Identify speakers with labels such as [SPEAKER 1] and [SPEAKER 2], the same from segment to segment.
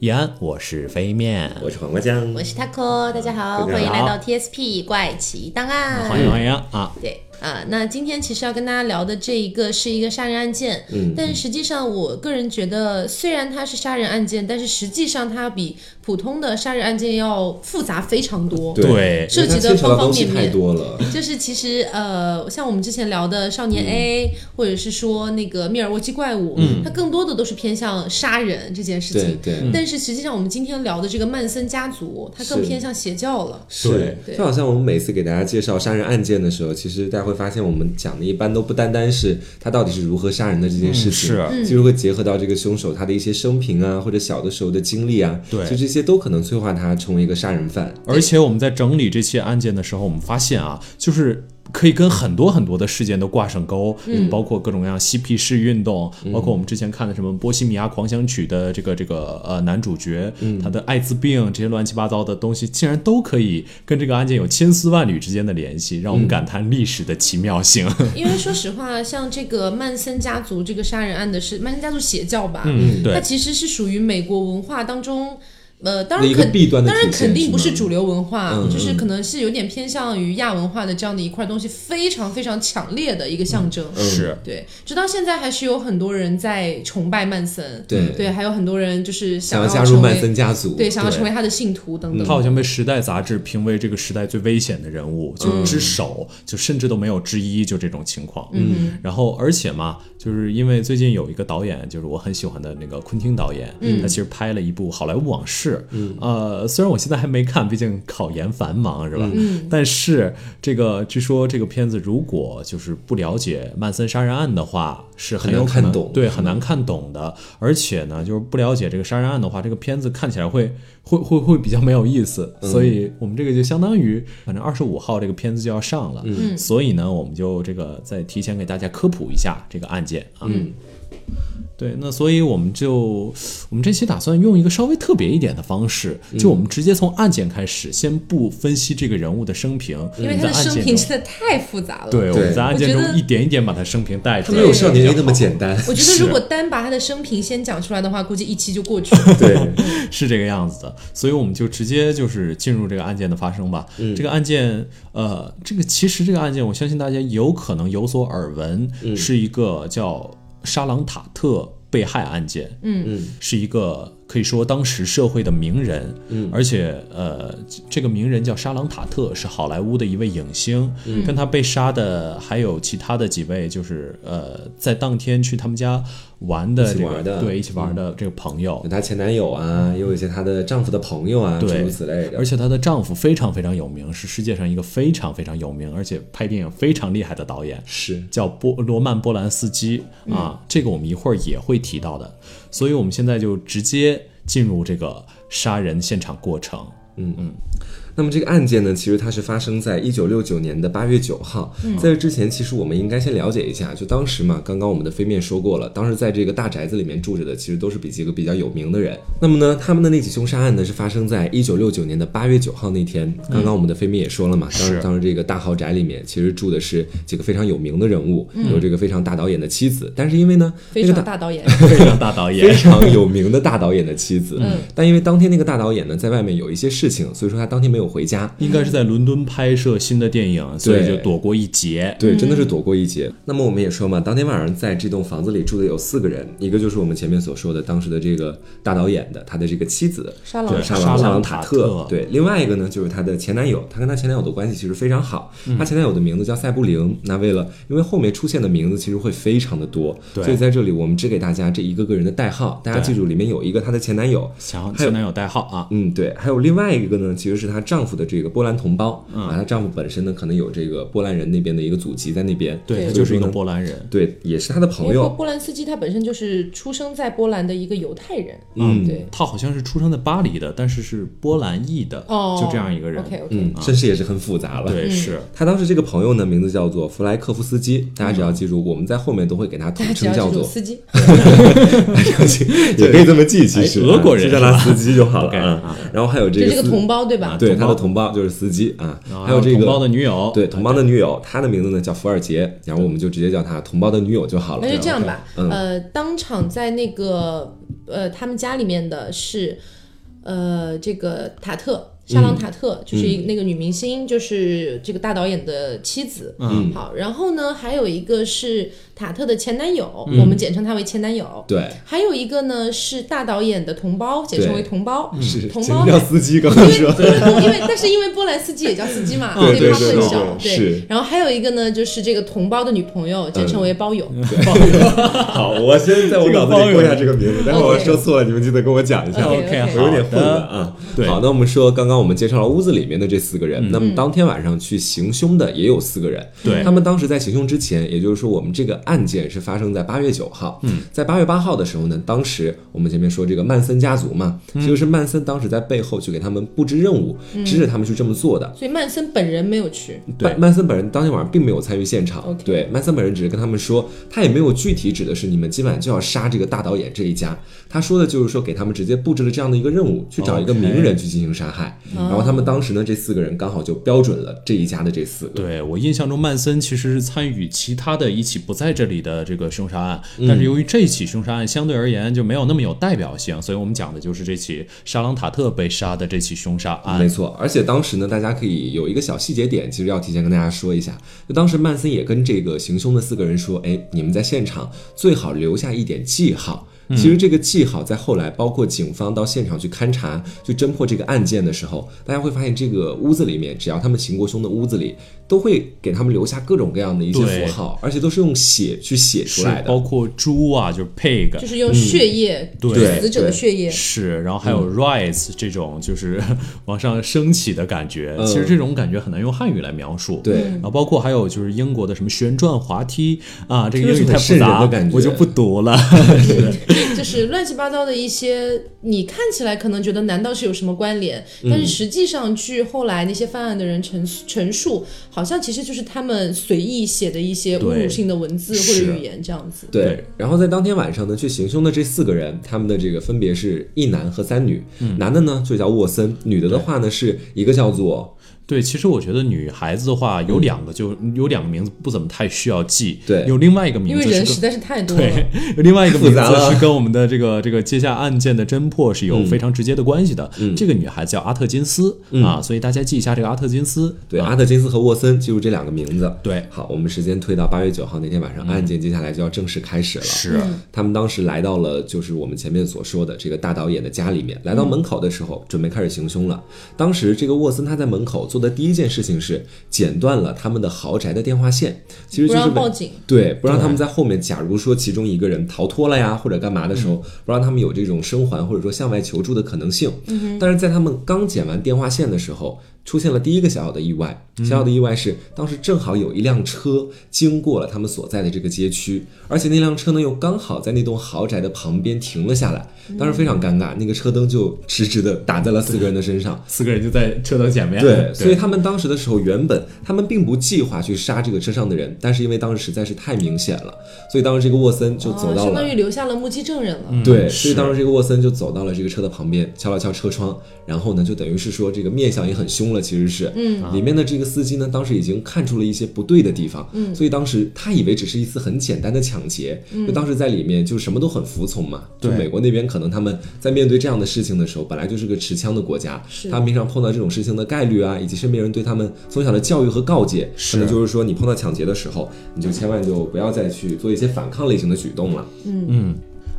[SPEAKER 1] 易安，我是飞面，
[SPEAKER 2] 我是黄瓜酱，
[SPEAKER 3] 我是 Taco，大家好，
[SPEAKER 2] 大家好嗯
[SPEAKER 3] 欢迎来到 TSP 怪奇档案。
[SPEAKER 1] 欢迎欢迎啊！
[SPEAKER 3] 对啊，那今天其实要跟大家聊的这一个是一个杀人案件，
[SPEAKER 2] 嗯
[SPEAKER 3] 但实际上我个人觉得，虽然它是杀人案件，但是实际上它比普通的杀人案件要复杂非常多。
[SPEAKER 1] 对
[SPEAKER 3] 涉及
[SPEAKER 2] 因为它
[SPEAKER 3] 的
[SPEAKER 2] 牵扯到
[SPEAKER 3] 方方
[SPEAKER 2] 东西
[SPEAKER 3] 面
[SPEAKER 2] 太
[SPEAKER 3] 面
[SPEAKER 2] 多了。
[SPEAKER 3] 就是其实呃，像我们之前聊的少
[SPEAKER 2] 嗯
[SPEAKER 3] 年 A，、或者是说那个密尔沃基怪物，它更多的都是偏向杀人这件事
[SPEAKER 2] 对
[SPEAKER 3] 情。
[SPEAKER 2] 对，
[SPEAKER 3] 但是实际上我们今天聊的这个曼森家族，它更
[SPEAKER 2] 是
[SPEAKER 3] 偏向邪教了。
[SPEAKER 2] 是，
[SPEAKER 1] 嗯
[SPEAKER 3] 对
[SPEAKER 2] 就好像我们每次给大家介绍杀人案件的时候，其实大家会发现，我们讲的一般都不单单是他到底是如何杀人的这件事情，
[SPEAKER 1] 嗯
[SPEAKER 2] 是，其实会结合到这个凶手他的一些生平啊，或者小的时候的经历啊，
[SPEAKER 1] 对
[SPEAKER 2] 就这些都可能催化他成为一个杀人犯。
[SPEAKER 1] 而且我们在整理这起案件的时候，我们发现啊，就是。可以跟很多很多的事件都挂上钩，嗯，包括各种各样嬉皮士运动，包括我们之前看的什么《波西米亚狂想曲》的这个这个呃男主角，他的艾滋病这些乱七八糟的东西，竟然都可以跟这个案件有千丝万缕之间的联系，让我们感叹历史的奇妙性。
[SPEAKER 3] 因为说实话，像这个曼森家族这个杀人案的是曼森家族邪教吧？
[SPEAKER 1] 嗯， 对
[SPEAKER 3] 它，其实是属于美国文化当中，呃，当
[SPEAKER 2] 的一
[SPEAKER 3] 然
[SPEAKER 2] 个
[SPEAKER 3] 肯
[SPEAKER 2] 弊端的
[SPEAKER 3] 当然
[SPEAKER 2] 体现
[SPEAKER 3] 肯定不
[SPEAKER 2] 是
[SPEAKER 3] 是
[SPEAKER 2] 吗
[SPEAKER 3] 主流文化，
[SPEAKER 2] 嗯
[SPEAKER 3] 就是可能是有点偏向于亚文化的这样的一块东西，非常非常强烈的一个象征。
[SPEAKER 2] 嗯
[SPEAKER 1] 是，
[SPEAKER 3] 对，直到现在还是有很多人在崇拜曼森，
[SPEAKER 2] 对
[SPEAKER 3] 还有很多人就是
[SPEAKER 2] 想
[SPEAKER 3] 要
[SPEAKER 2] 要加
[SPEAKER 3] 成
[SPEAKER 2] 入
[SPEAKER 3] 为
[SPEAKER 2] 曼森家族，
[SPEAKER 3] 对，想要
[SPEAKER 1] 对
[SPEAKER 3] 成为他的信徒等
[SPEAKER 1] 嗯
[SPEAKER 3] 等。
[SPEAKER 1] 他好像被《时代》杂志评为这个时代最危险的人物，就之首，就甚至都没有之一，就这种情况。嗯，然后而且嘛，就是因为最近有一个导演，就是我很喜欢的那个昆汀导演，他其实拍了一部《好莱坞往事》。嗯，呃，虽然我现在还没看，毕竟考研繁忙，是吧？嗯，但是这个据说这个片子如果就是不了解曼森杀人案的话，是很
[SPEAKER 2] 很难
[SPEAKER 1] 有可
[SPEAKER 2] 看
[SPEAKER 1] 能嗯
[SPEAKER 2] 懂
[SPEAKER 1] 对很难看懂的，而且呢，就是不了解这个杀人案的话，这个片子看起来会会会会比较没有意思，所以我们这个就相当于，反正二十五号这个片子就要上了，嗯，所以呢，我们就这个再提前给大家科普一下这个案件啊，嗯，对，那所以我们就我们这期打算用一个稍微特别一点的方式，就我们直接从案件开始，先不分析这个人物的生平，
[SPEAKER 3] 因
[SPEAKER 1] 我
[SPEAKER 3] 为
[SPEAKER 1] 们
[SPEAKER 3] 他
[SPEAKER 1] 在
[SPEAKER 3] 的
[SPEAKER 1] 案
[SPEAKER 3] 生
[SPEAKER 1] 件
[SPEAKER 3] 平
[SPEAKER 1] 中
[SPEAKER 3] 真的太复杂
[SPEAKER 1] 嗯
[SPEAKER 3] 了。
[SPEAKER 1] 对，我们在案件
[SPEAKER 3] 我觉
[SPEAKER 1] 中
[SPEAKER 3] 得
[SPEAKER 1] 一点一点把他生平带出
[SPEAKER 2] 他
[SPEAKER 1] 来，
[SPEAKER 2] 没有少年 A 那么简单。
[SPEAKER 3] 我觉得
[SPEAKER 1] 是
[SPEAKER 3] 如果单把他的生平先讲出来的话，估计一期就过去 了。
[SPEAKER 2] 对，
[SPEAKER 1] 是这个样子的，所以我们就直接就是进入这个案件的发生吧。
[SPEAKER 2] 嗯
[SPEAKER 1] 这个案件，呃，这个其实这个案件，我相信大家有可能有所耳闻，
[SPEAKER 2] 嗯
[SPEAKER 1] 是一个叫沙朗塔特被害案件。
[SPEAKER 3] 嗯
[SPEAKER 2] 嗯，
[SPEAKER 1] 是一个可以说当时社会的名人。嗯，而且呃，这个名人叫沙朗塔特，是好莱坞的一位影星。嗯，跟他被杀的还有其他的几位，就是呃，在当天去他们家玩的
[SPEAKER 2] 一起
[SPEAKER 1] 这个
[SPEAKER 2] 玩的
[SPEAKER 1] 对一起玩的这个朋友。
[SPEAKER 2] 有她前男友啊，也有一些她的丈夫的朋友啊，诸
[SPEAKER 1] 对
[SPEAKER 2] 如此类的
[SPEAKER 1] 而。且她的丈夫非常非常有名，是世界上一个非常非常有名，而且拍电影非常厉害的导演，
[SPEAKER 2] 是，
[SPEAKER 1] 叫波罗曼波兰斯基
[SPEAKER 2] 嗯
[SPEAKER 1] 啊，这个我们一会儿也会提到的。所以我们现在就直接进入这个杀人现场过程。
[SPEAKER 2] 那么这个案件呢，其实它是发生在一九六九年的八月九号。
[SPEAKER 3] 嗯
[SPEAKER 2] 在这之前，其实我们应该先了解一下，就当时嘛，刚刚我们的飞面说过了，当时在这个大宅子里面住着的，其实都是比几个比较有名的人。那么呢，他们的那起凶杀案呢，是发生在一九六九年的八月九号那天。
[SPEAKER 3] 嗯
[SPEAKER 2] 刚刚我们的飞面也说了嘛，当
[SPEAKER 1] 是
[SPEAKER 2] 时当时这个大豪宅里面，其实住的是几个非常有名的人物，有这个非常大导演的妻子，但是因为呢，
[SPEAKER 3] 嗯非
[SPEAKER 2] 那个
[SPEAKER 3] 常
[SPEAKER 2] 大。
[SPEAKER 3] 大导演，
[SPEAKER 1] 非常大导
[SPEAKER 2] 非
[SPEAKER 1] 演，
[SPEAKER 2] 常有名的大导演的妻子。
[SPEAKER 3] 嗯
[SPEAKER 2] 但因为当天那个大导演呢，在外面有一些事情，所以说他当天没有回家。
[SPEAKER 1] 应该是在伦敦拍摄新的电影，所以
[SPEAKER 2] 对
[SPEAKER 1] 就躲过一劫。
[SPEAKER 2] 对，真的
[SPEAKER 3] 嗯
[SPEAKER 2] 是躲过一劫。那么我们也说嘛，当天晚上在这栋房子里住的有四个人，一个就是我们前面所说的当时的这个大导演的他的这个妻子，
[SPEAKER 3] 沙
[SPEAKER 1] 对
[SPEAKER 3] 朗
[SPEAKER 2] 沙
[SPEAKER 1] 沙
[SPEAKER 2] 朗
[SPEAKER 1] 朗
[SPEAKER 2] 朗
[SPEAKER 1] 塔
[SPEAKER 2] 特
[SPEAKER 1] 特，
[SPEAKER 2] 对，另外一个呢就是她的前男友，她跟她前男友的关系其实非常好。
[SPEAKER 1] 嗯
[SPEAKER 2] 她前男友的名字叫塞布林，那为了因为后面出现的名字其实会非常的多，
[SPEAKER 1] 对
[SPEAKER 2] 所以在这里我们只给大家这一个个人的代号，大家
[SPEAKER 1] 对
[SPEAKER 2] 记住里面有一个她的前男友，
[SPEAKER 1] 前前男友代号啊，
[SPEAKER 2] 嗯，对，还有另外一个呢，其实是她丈夫的这个波兰同胞、
[SPEAKER 1] 嗯
[SPEAKER 2] 啊，她丈夫本身呢可能有这个波兰人那边的一个祖籍在那边，
[SPEAKER 1] 对，
[SPEAKER 3] 对
[SPEAKER 1] 他就是一
[SPEAKER 2] 所以说
[SPEAKER 1] 个
[SPEAKER 2] 呢
[SPEAKER 1] 波兰人。
[SPEAKER 2] 对，也是她的
[SPEAKER 3] 因
[SPEAKER 2] 朋
[SPEAKER 3] 为
[SPEAKER 2] 友，
[SPEAKER 3] 波兰斯基他本身就是出生在波兰的一个犹太人，
[SPEAKER 2] 嗯
[SPEAKER 3] 对，
[SPEAKER 1] 他好像是出生在巴黎的，但是是波兰裔的，
[SPEAKER 3] 哦，
[SPEAKER 1] 就这样一个人。
[SPEAKER 3] OK OK，、
[SPEAKER 2] 嗯，身世也是很复杂了。嗯
[SPEAKER 1] 对，是。
[SPEAKER 2] 她当时这个朋友呢，名字叫做弗莱克夫斯基，大家只要记住，我们在后面都会给他统
[SPEAKER 3] 大家只
[SPEAKER 2] 称
[SPEAKER 3] 要
[SPEAKER 2] 叫
[SPEAKER 3] 记住
[SPEAKER 2] 做
[SPEAKER 3] 司机，
[SPEAKER 2] 也可以这么记，其实啊
[SPEAKER 1] 哎俄国人
[SPEAKER 2] 就叫他司机就 好了
[SPEAKER 1] 是吧
[SPEAKER 2] 啊。然后还有这
[SPEAKER 3] 就
[SPEAKER 2] 个
[SPEAKER 3] 这个
[SPEAKER 2] 司
[SPEAKER 3] 同胞对吧？
[SPEAKER 2] 对
[SPEAKER 1] 同胞
[SPEAKER 2] 他的同胞就是司机啊
[SPEAKER 1] 然，后
[SPEAKER 2] 还有这
[SPEAKER 1] 哦同胞的啊
[SPEAKER 2] 个
[SPEAKER 1] 女友，
[SPEAKER 2] 对同胞的女友，她的名字呢叫福尔杰，然后我们就直接叫她同胞的女友就好了。
[SPEAKER 3] 那就这样吧，
[SPEAKER 2] 嗯
[SPEAKER 3] 呃，当场在那个呃，他们家里面的是，呃，这个塔特。莎
[SPEAKER 2] 嗯
[SPEAKER 3] 朗塔特、就是一那个女明星，就是这个大导演的妻子。
[SPEAKER 1] 嗯，
[SPEAKER 3] 好，然后呢，还有一个是塔特的前男友，
[SPEAKER 2] 嗯
[SPEAKER 3] 我们简称他为前男友。
[SPEAKER 2] 对，
[SPEAKER 3] 还有一个呢是大导演的同胞，简称为同胞。
[SPEAKER 2] 嗯是
[SPEAKER 3] 同
[SPEAKER 2] 简
[SPEAKER 3] 胞
[SPEAKER 2] 直叫
[SPEAKER 3] 们
[SPEAKER 2] 司机，刚刚
[SPEAKER 3] 因
[SPEAKER 2] 说
[SPEAKER 3] 为，因为但是因为波兰斯基也叫司机嘛，所
[SPEAKER 2] 对
[SPEAKER 3] 以
[SPEAKER 2] 对
[SPEAKER 3] 他
[SPEAKER 2] 对
[SPEAKER 3] 混
[SPEAKER 2] 对
[SPEAKER 3] 淆。
[SPEAKER 2] 对是嗯
[SPEAKER 3] 对，然后还有一个呢，就是这个同胞的女朋友，简称为包友。
[SPEAKER 2] 好，我先在我
[SPEAKER 1] 这个
[SPEAKER 2] 脑子
[SPEAKER 1] 包容
[SPEAKER 2] 里过一下这个名字，待会儿我
[SPEAKER 3] OK
[SPEAKER 2] 说错了，你们记得跟我讲一下。
[SPEAKER 1] OK，
[SPEAKER 3] OK，OK
[SPEAKER 2] 我有点
[SPEAKER 1] 好的
[SPEAKER 2] 混了啊。
[SPEAKER 1] 对
[SPEAKER 2] 好，那我们说，刚刚我们介绍了屋子里面的这四个人，那么当天晚上去行凶的也有四个人。
[SPEAKER 1] 对
[SPEAKER 2] 他们当时在行凶之前，也就是说，我们这个案件是发生在八月九号。嗯，在八月八号的时候呢，当时我们前面说这个曼森家族嘛，其实是曼森当时在背后去给他们布置任务，指使他们去这么做的。
[SPEAKER 3] 所以曼森本人没有去。
[SPEAKER 1] 对
[SPEAKER 2] 曼曼森本人当天晚上并没有参与现场。
[SPEAKER 3] OK
[SPEAKER 2] 对，曼森本人只是跟他们说，他也没有具体指的是你们今晚就要杀这个大导演这一家。他说的就是说给他们直接布置了这样的一个任务，去找一个
[SPEAKER 1] OK 哦
[SPEAKER 2] 名人去进行杀害。然后他们当时呢，这四个人刚好就标准了这一家的这四个。
[SPEAKER 1] 对我印象中，曼森其实是参与其他的一起不在这里的这个凶杀案，
[SPEAKER 2] 嗯
[SPEAKER 1] 但是由于这起凶杀案相对而言就没有那么有代表性，所以我们讲的就是这起沙朗塔特被杀的这起凶杀案
[SPEAKER 2] 没。错，而且当时呢，大家可以有一个小细节点，其实要提前跟大家说一下。就当时曼森也跟这个行凶的四个人说：“哎，你们在现场最好留下一点记号。”其实这个记号在后来，包括警方到现场去勘查、去侦破这个案件的时候，大家会发现这个屋子里面，只要他们行过凶的屋子里，都会给他们留下各种各样的一些
[SPEAKER 1] 对
[SPEAKER 2] 符号，而且都是用血去写出
[SPEAKER 1] 是
[SPEAKER 2] 来，的
[SPEAKER 1] 包。括猪啊，就是 pig，
[SPEAKER 3] 就是用血
[SPEAKER 2] 嗯
[SPEAKER 3] 液，
[SPEAKER 1] 对
[SPEAKER 3] 就是死者的血液，
[SPEAKER 1] 是，然后还有 rise 这种就是往上升起的感觉，其实这种感觉很难用汉语来描述。
[SPEAKER 2] 嗯对
[SPEAKER 1] 然后包括还有就是英国的什么旋转滑梯啊，这个
[SPEAKER 2] 就是
[SPEAKER 1] 英语
[SPEAKER 2] 很
[SPEAKER 1] 太
[SPEAKER 2] 瘆
[SPEAKER 1] 复
[SPEAKER 2] 人
[SPEAKER 1] 杂
[SPEAKER 2] 的感，觉
[SPEAKER 1] 我就不读了。
[SPEAKER 3] 就是乱七八糟的一些，你看起来可能觉得难道是有什么关联？
[SPEAKER 2] 嗯
[SPEAKER 3] 但是实际上，据后来那些犯案的人陈陈述，好像其实就是他们随意写的一些侮
[SPEAKER 1] 对
[SPEAKER 3] 辱性的文字或
[SPEAKER 1] 是
[SPEAKER 3] 者语言这样子。
[SPEAKER 2] 对
[SPEAKER 1] 对，
[SPEAKER 2] 然后在当天晚上呢，去行凶的这四个人，他们的这个分别是一男和三女，
[SPEAKER 1] 嗯
[SPEAKER 2] 男的呢就叫沃森，女的的话呢是一个叫做
[SPEAKER 1] 对，其实我觉得女孩子的话，有两个就、有两个名字不怎么太需要记，
[SPEAKER 2] 嗯对
[SPEAKER 1] 有另外一个
[SPEAKER 3] 因
[SPEAKER 1] 名
[SPEAKER 3] 为
[SPEAKER 1] 字
[SPEAKER 3] 人
[SPEAKER 1] 是
[SPEAKER 3] 实
[SPEAKER 1] 跟
[SPEAKER 3] 在是太多了
[SPEAKER 1] 对。，有另外一个
[SPEAKER 2] 复
[SPEAKER 1] 名字
[SPEAKER 2] 杂了嗯
[SPEAKER 1] 是跟我们的这个这个接下案件的侦破是有非常直接的关系的。这个女孩子叫阿特金斯、啊，所以大家记一下这个阿特金斯。
[SPEAKER 2] 对、
[SPEAKER 1] 啊，
[SPEAKER 2] 阿特金斯和沃森，记住这两个名字。
[SPEAKER 1] 对，嗯
[SPEAKER 2] 好，我们时间推到八月九号那天晚上，案件接下来就要正式开始了。
[SPEAKER 1] 是，
[SPEAKER 3] 嗯
[SPEAKER 2] 他们当时来到了，就是我们前面所说的这个大导演的家里面。来到门口的时候，准备开始行凶
[SPEAKER 1] 嗯
[SPEAKER 2] 了。当时这个沃森他在门口做的第一件事情是剪断了他们的豪宅的电话线，其实
[SPEAKER 3] 不
[SPEAKER 2] 就是
[SPEAKER 3] 让
[SPEAKER 2] 为
[SPEAKER 3] 报警
[SPEAKER 2] 对，不让他们在后面。假如说其中一个人逃脱了呀，或者干嘛的时候，不让他们有这种生还或者说向外求助的可能性。但是在他们刚剪完电话线的时候，出现了第一个小小的意外。小小的意外是，当时正好有一辆车经过了他们所在的这个街区，而且那辆车呢又刚好在那栋豪宅的旁边停了下来。当时非常尴尬，那个车灯就直直的打在了四个人的身上。
[SPEAKER 1] 四个人就在车灯前面。
[SPEAKER 2] 对，所以他们当时的时候，原本他们并不计划去杀这个车上的人，但是因为当时实在是太明显了，所以当时这个沃森就走
[SPEAKER 3] 哦，
[SPEAKER 2] 到
[SPEAKER 3] 相
[SPEAKER 2] 了。
[SPEAKER 3] 当于留下了目击证人了。
[SPEAKER 2] 对，
[SPEAKER 1] 嗯
[SPEAKER 2] 所以
[SPEAKER 1] 是
[SPEAKER 2] 当时这个沃森就走到了这个车的旁边，敲了敲车窗，然后呢，就等于是说这个面相也很凶了，其实是，
[SPEAKER 1] 啊
[SPEAKER 2] 嗯，里面的这个司机呢，当时已经看出了一些不对的地方，嗯，所以当时他以为只是一次很简单的抢劫，就当时在里面就什么都很服从嘛，就
[SPEAKER 1] 对
[SPEAKER 2] 美国那边可能他们在面对这样的事情的时候，本来就是个持枪的国家，
[SPEAKER 3] 是
[SPEAKER 2] 他们平常碰到这种事情的概率啊，以及身边人对他们从小的教育和告诫，可
[SPEAKER 1] 是
[SPEAKER 2] 能就是说你碰到抢劫的时候，你就千万就不要再去做一些反抗类型的举动了，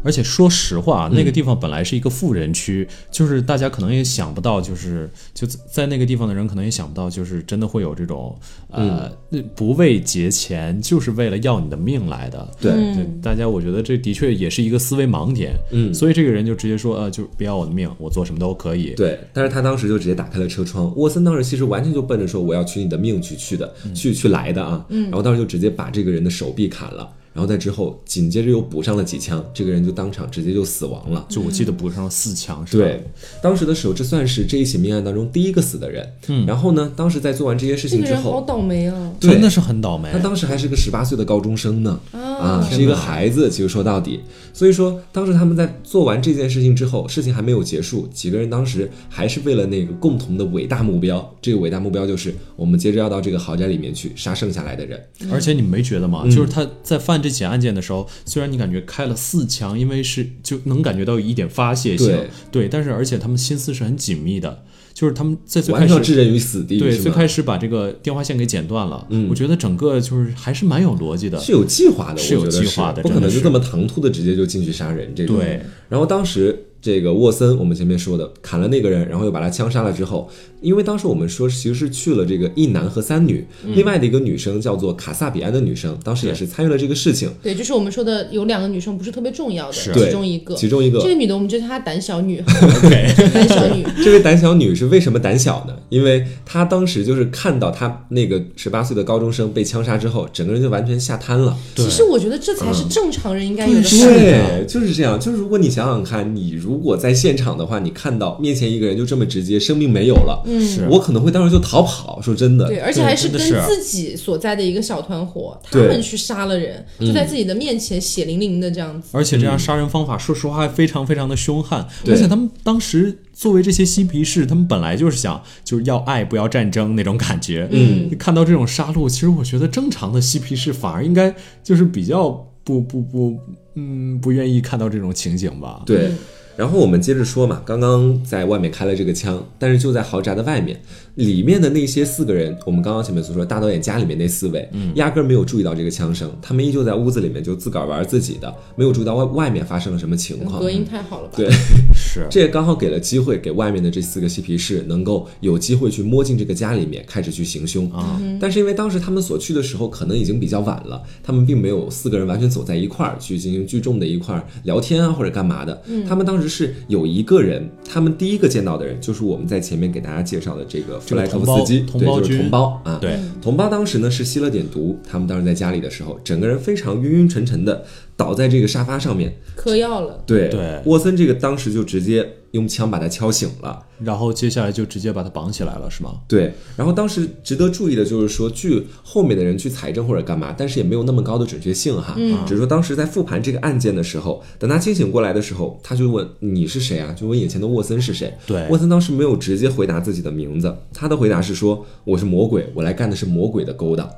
[SPEAKER 1] 而且说实话，啊
[SPEAKER 2] 嗯
[SPEAKER 1] 那个地方本来是一个富人区，就是大家可能也想不到，就是就在那个地方的人可能也想不到，就是真的会有这种呃、
[SPEAKER 2] 嗯
[SPEAKER 1] 不为节钱，就是为了要你的命来的。
[SPEAKER 2] 对。
[SPEAKER 1] 对，大家我觉得这的确也是一个思维盲点。嗯，所以这个人就直接说，呃，就不要我的命，我做什么都可以。
[SPEAKER 2] 对，但是他当时就直接打开了车窗。沃森当时其实完全就奔着说我要取你的命去去的，去去来的啊。
[SPEAKER 3] 嗯
[SPEAKER 2] 然后当时就直接把这个人的手臂砍了，然后在之后紧接着又补上了几枪，这个人就当场直接就死亡了。
[SPEAKER 1] 就我记得补上了四枪，是吧？
[SPEAKER 2] 对，当时的时候，这算是这一起命案当中第一个死的人。嗯，然后呢，当时在做完这些事
[SPEAKER 3] 这
[SPEAKER 2] 情
[SPEAKER 3] 个
[SPEAKER 2] 嗯之
[SPEAKER 3] 人好
[SPEAKER 2] 后，
[SPEAKER 3] 倒霉啊！
[SPEAKER 2] 对
[SPEAKER 1] 真的是很倒霉
[SPEAKER 2] 他。当时还是个十八岁的高中生呢，啊，是一
[SPEAKER 1] 天
[SPEAKER 2] 个
[SPEAKER 1] 哪
[SPEAKER 2] 孩子。其实说到底，所以说当时他们在做完这件事情之后，事情还没有结束，几个人当时还是为了那个共同的伟大目标，这个伟大目标就是我们接着要到这个豪宅里面去杀剩下来的人。嗯
[SPEAKER 1] 而且你没觉得吗？就是他在犯这起案件的时候，虽然你感觉开了四枪，因为是就能感觉到有一点发泄性，
[SPEAKER 2] 对
[SPEAKER 1] 对，但是而且他们心思是很紧密的，就是他们在最
[SPEAKER 2] 完
[SPEAKER 1] 开
[SPEAKER 2] 全置
[SPEAKER 1] 始。
[SPEAKER 2] 人于死地，
[SPEAKER 1] 对，
[SPEAKER 2] 是
[SPEAKER 1] 最
[SPEAKER 2] 吗
[SPEAKER 1] 开始把这个电话线给剪断了，我觉得整个就是还是蛮有逻辑的，
[SPEAKER 2] 是有计划的，
[SPEAKER 1] 是
[SPEAKER 2] 我
[SPEAKER 1] 有
[SPEAKER 2] 觉得
[SPEAKER 1] 计划的
[SPEAKER 2] 不可
[SPEAKER 1] 真的
[SPEAKER 2] 能就是这么唐突的直接就进去杀人这种。
[SPEAKER 1] 对。
[SPEAKER 2] 然后当时这个沃森，我们前面说的砍了那个人，然后又把他枪杀了之后，因为当时我们说其实是去了这个一男和三女，
[SPEAKER 1] 嗯
[SPEAKER 2] 另外的一个女生叫做卡萨比安的女生，当时也是参与了这个事情。
[SPEAKER 3] 对，就是我们说的有两个女生不是特别重要的，
[SPEAKER 1] 是
[SPEAKER 2] 对
[SPEAKER 3] 其中一个，
[SPEAKER 2] 其中一个
[SPEAKER 3] 这个女的我们就叫她胆小 女，
[SPEAKER 1] OK，
[SPEAKER 3] 胆小女，
[SPEAKER 2] 这位胆小女是为什么胆小呢？因为她当时就是看到她那个十八岁的高中生被枪杀之后，整个人就完全吓瘫了。
[SPEAKER 1] 对嗯
[SPEAKER 3] 其实我觉得这才是正常人应该有的反应。
[SPEAKER 2] 对，就是这样。就是如果你想想看，你如果在现场的话，你看到面前一个人就这么直接，生命没有了，
[SPEAKER 1] 是
[SPEAKER 2] 我可能会当时就逃跑。说真的，
[SPEAKER 3] 嗯对，而且还是
[SPEAKER 1] 真的
[SPEAKER 3] 跟
[SPEAKER 1] 是啊
[SPEAKER 3] 自己所在的一个小团伙，他
[SPEAKER 2] 对
[SPEAKER 3] 们去杀了人，就在自己的面前血淋淋的这样子。
[SPEAKER 1] 而且这样杀人方法，说实话还非常非常的凶悍。
[SPEAKER 2] 嗯对
[SPEAKER 1] 而且他们当时作为这些嬉皮士，他们本来就是想就是要爱不要战争那种感觉。
[SPEAKER 2] 嗯，
[SPEAKER 1] 看到这种杀戮，其实我觉得正常的嬉皮士反而应该就是比较不不不，嗯，不愿意看到这种情景吧。
[SPEAKER 2] 对。
[SPEAKER 3] 嗯
[SPEAKER 2] 然后我们接着说嘛，刚刚在外面开了这个枪，但是就在豪宅的外面，里面的那些四个人，我们刚刚前面所说大导演家里面那四位，压根儿没有注意到这个枪声，他们依旧在屋子里面就自个儿玩自己的，没有注意到外外面发生了什么情况
[SPEAKER 3] 隔。音太好了吧？
[SPEAKER 2] 对
[SPEAKER 1] 是
[SPEAKER 2] 这也刚好给了机会给外面的这四个嬉皮士能够有机会去摸进这个家里面，开始去行凶
[SPEAKER 1] 啊。
[SPEAKER 2] 但是因为当时他们所去的时候可能已经比较晚了，他们并没有四个人完全走在一块儿去进行聚众的一块儿聊天啊或者干嘛的。
[SPEAKER 1] 嗯
[SPEAKER 2] 他们当时是有一个人，他们第一个见到的人就是我们在前面给大家介绍的这个弗莱科夫斯基，
[SPEAKER 1] 同
[SPEAKER 2] 对，
[SPEAKER 1] 胞
[SPEAKER 2] 就是
[SPEAKER 1] 同
[SPEAKER 2] 同胞啊，
[SPEAKER 1] 对，
[SPEAKER 2] 同胞当时呢是吸了点毒，他们当时在家里的时候，整个人非常晕晕沉沉的倒在这个沙发上面。
[SPEAKER 3] 嗑药了，
[SPEAKER 2] 对
[SPEAKER 1] 对
[SPEAKER 2] 沃森这个当时就直接用枪把他敲醒了。
[SPEAKER 1] 然后接下来就直接把他绑起来了，是吗？
[SPEAKER 2] 对，然后当时值得注意的就是说，据后面的人去裁证或者干嘛，但是也没有那么高的准确性哈。嗯，只是说当时在复盘这个案件的时候，等他清醒过来的时候，他就问你是谁啊？就问眼前的沃森是谁。
[SPEAKER 1] 对
[SPEAKER 2] 沃森当时没有直接回答自己的名字，他的回答是说我是魔鬼，我来干的是魔鬼的勾当。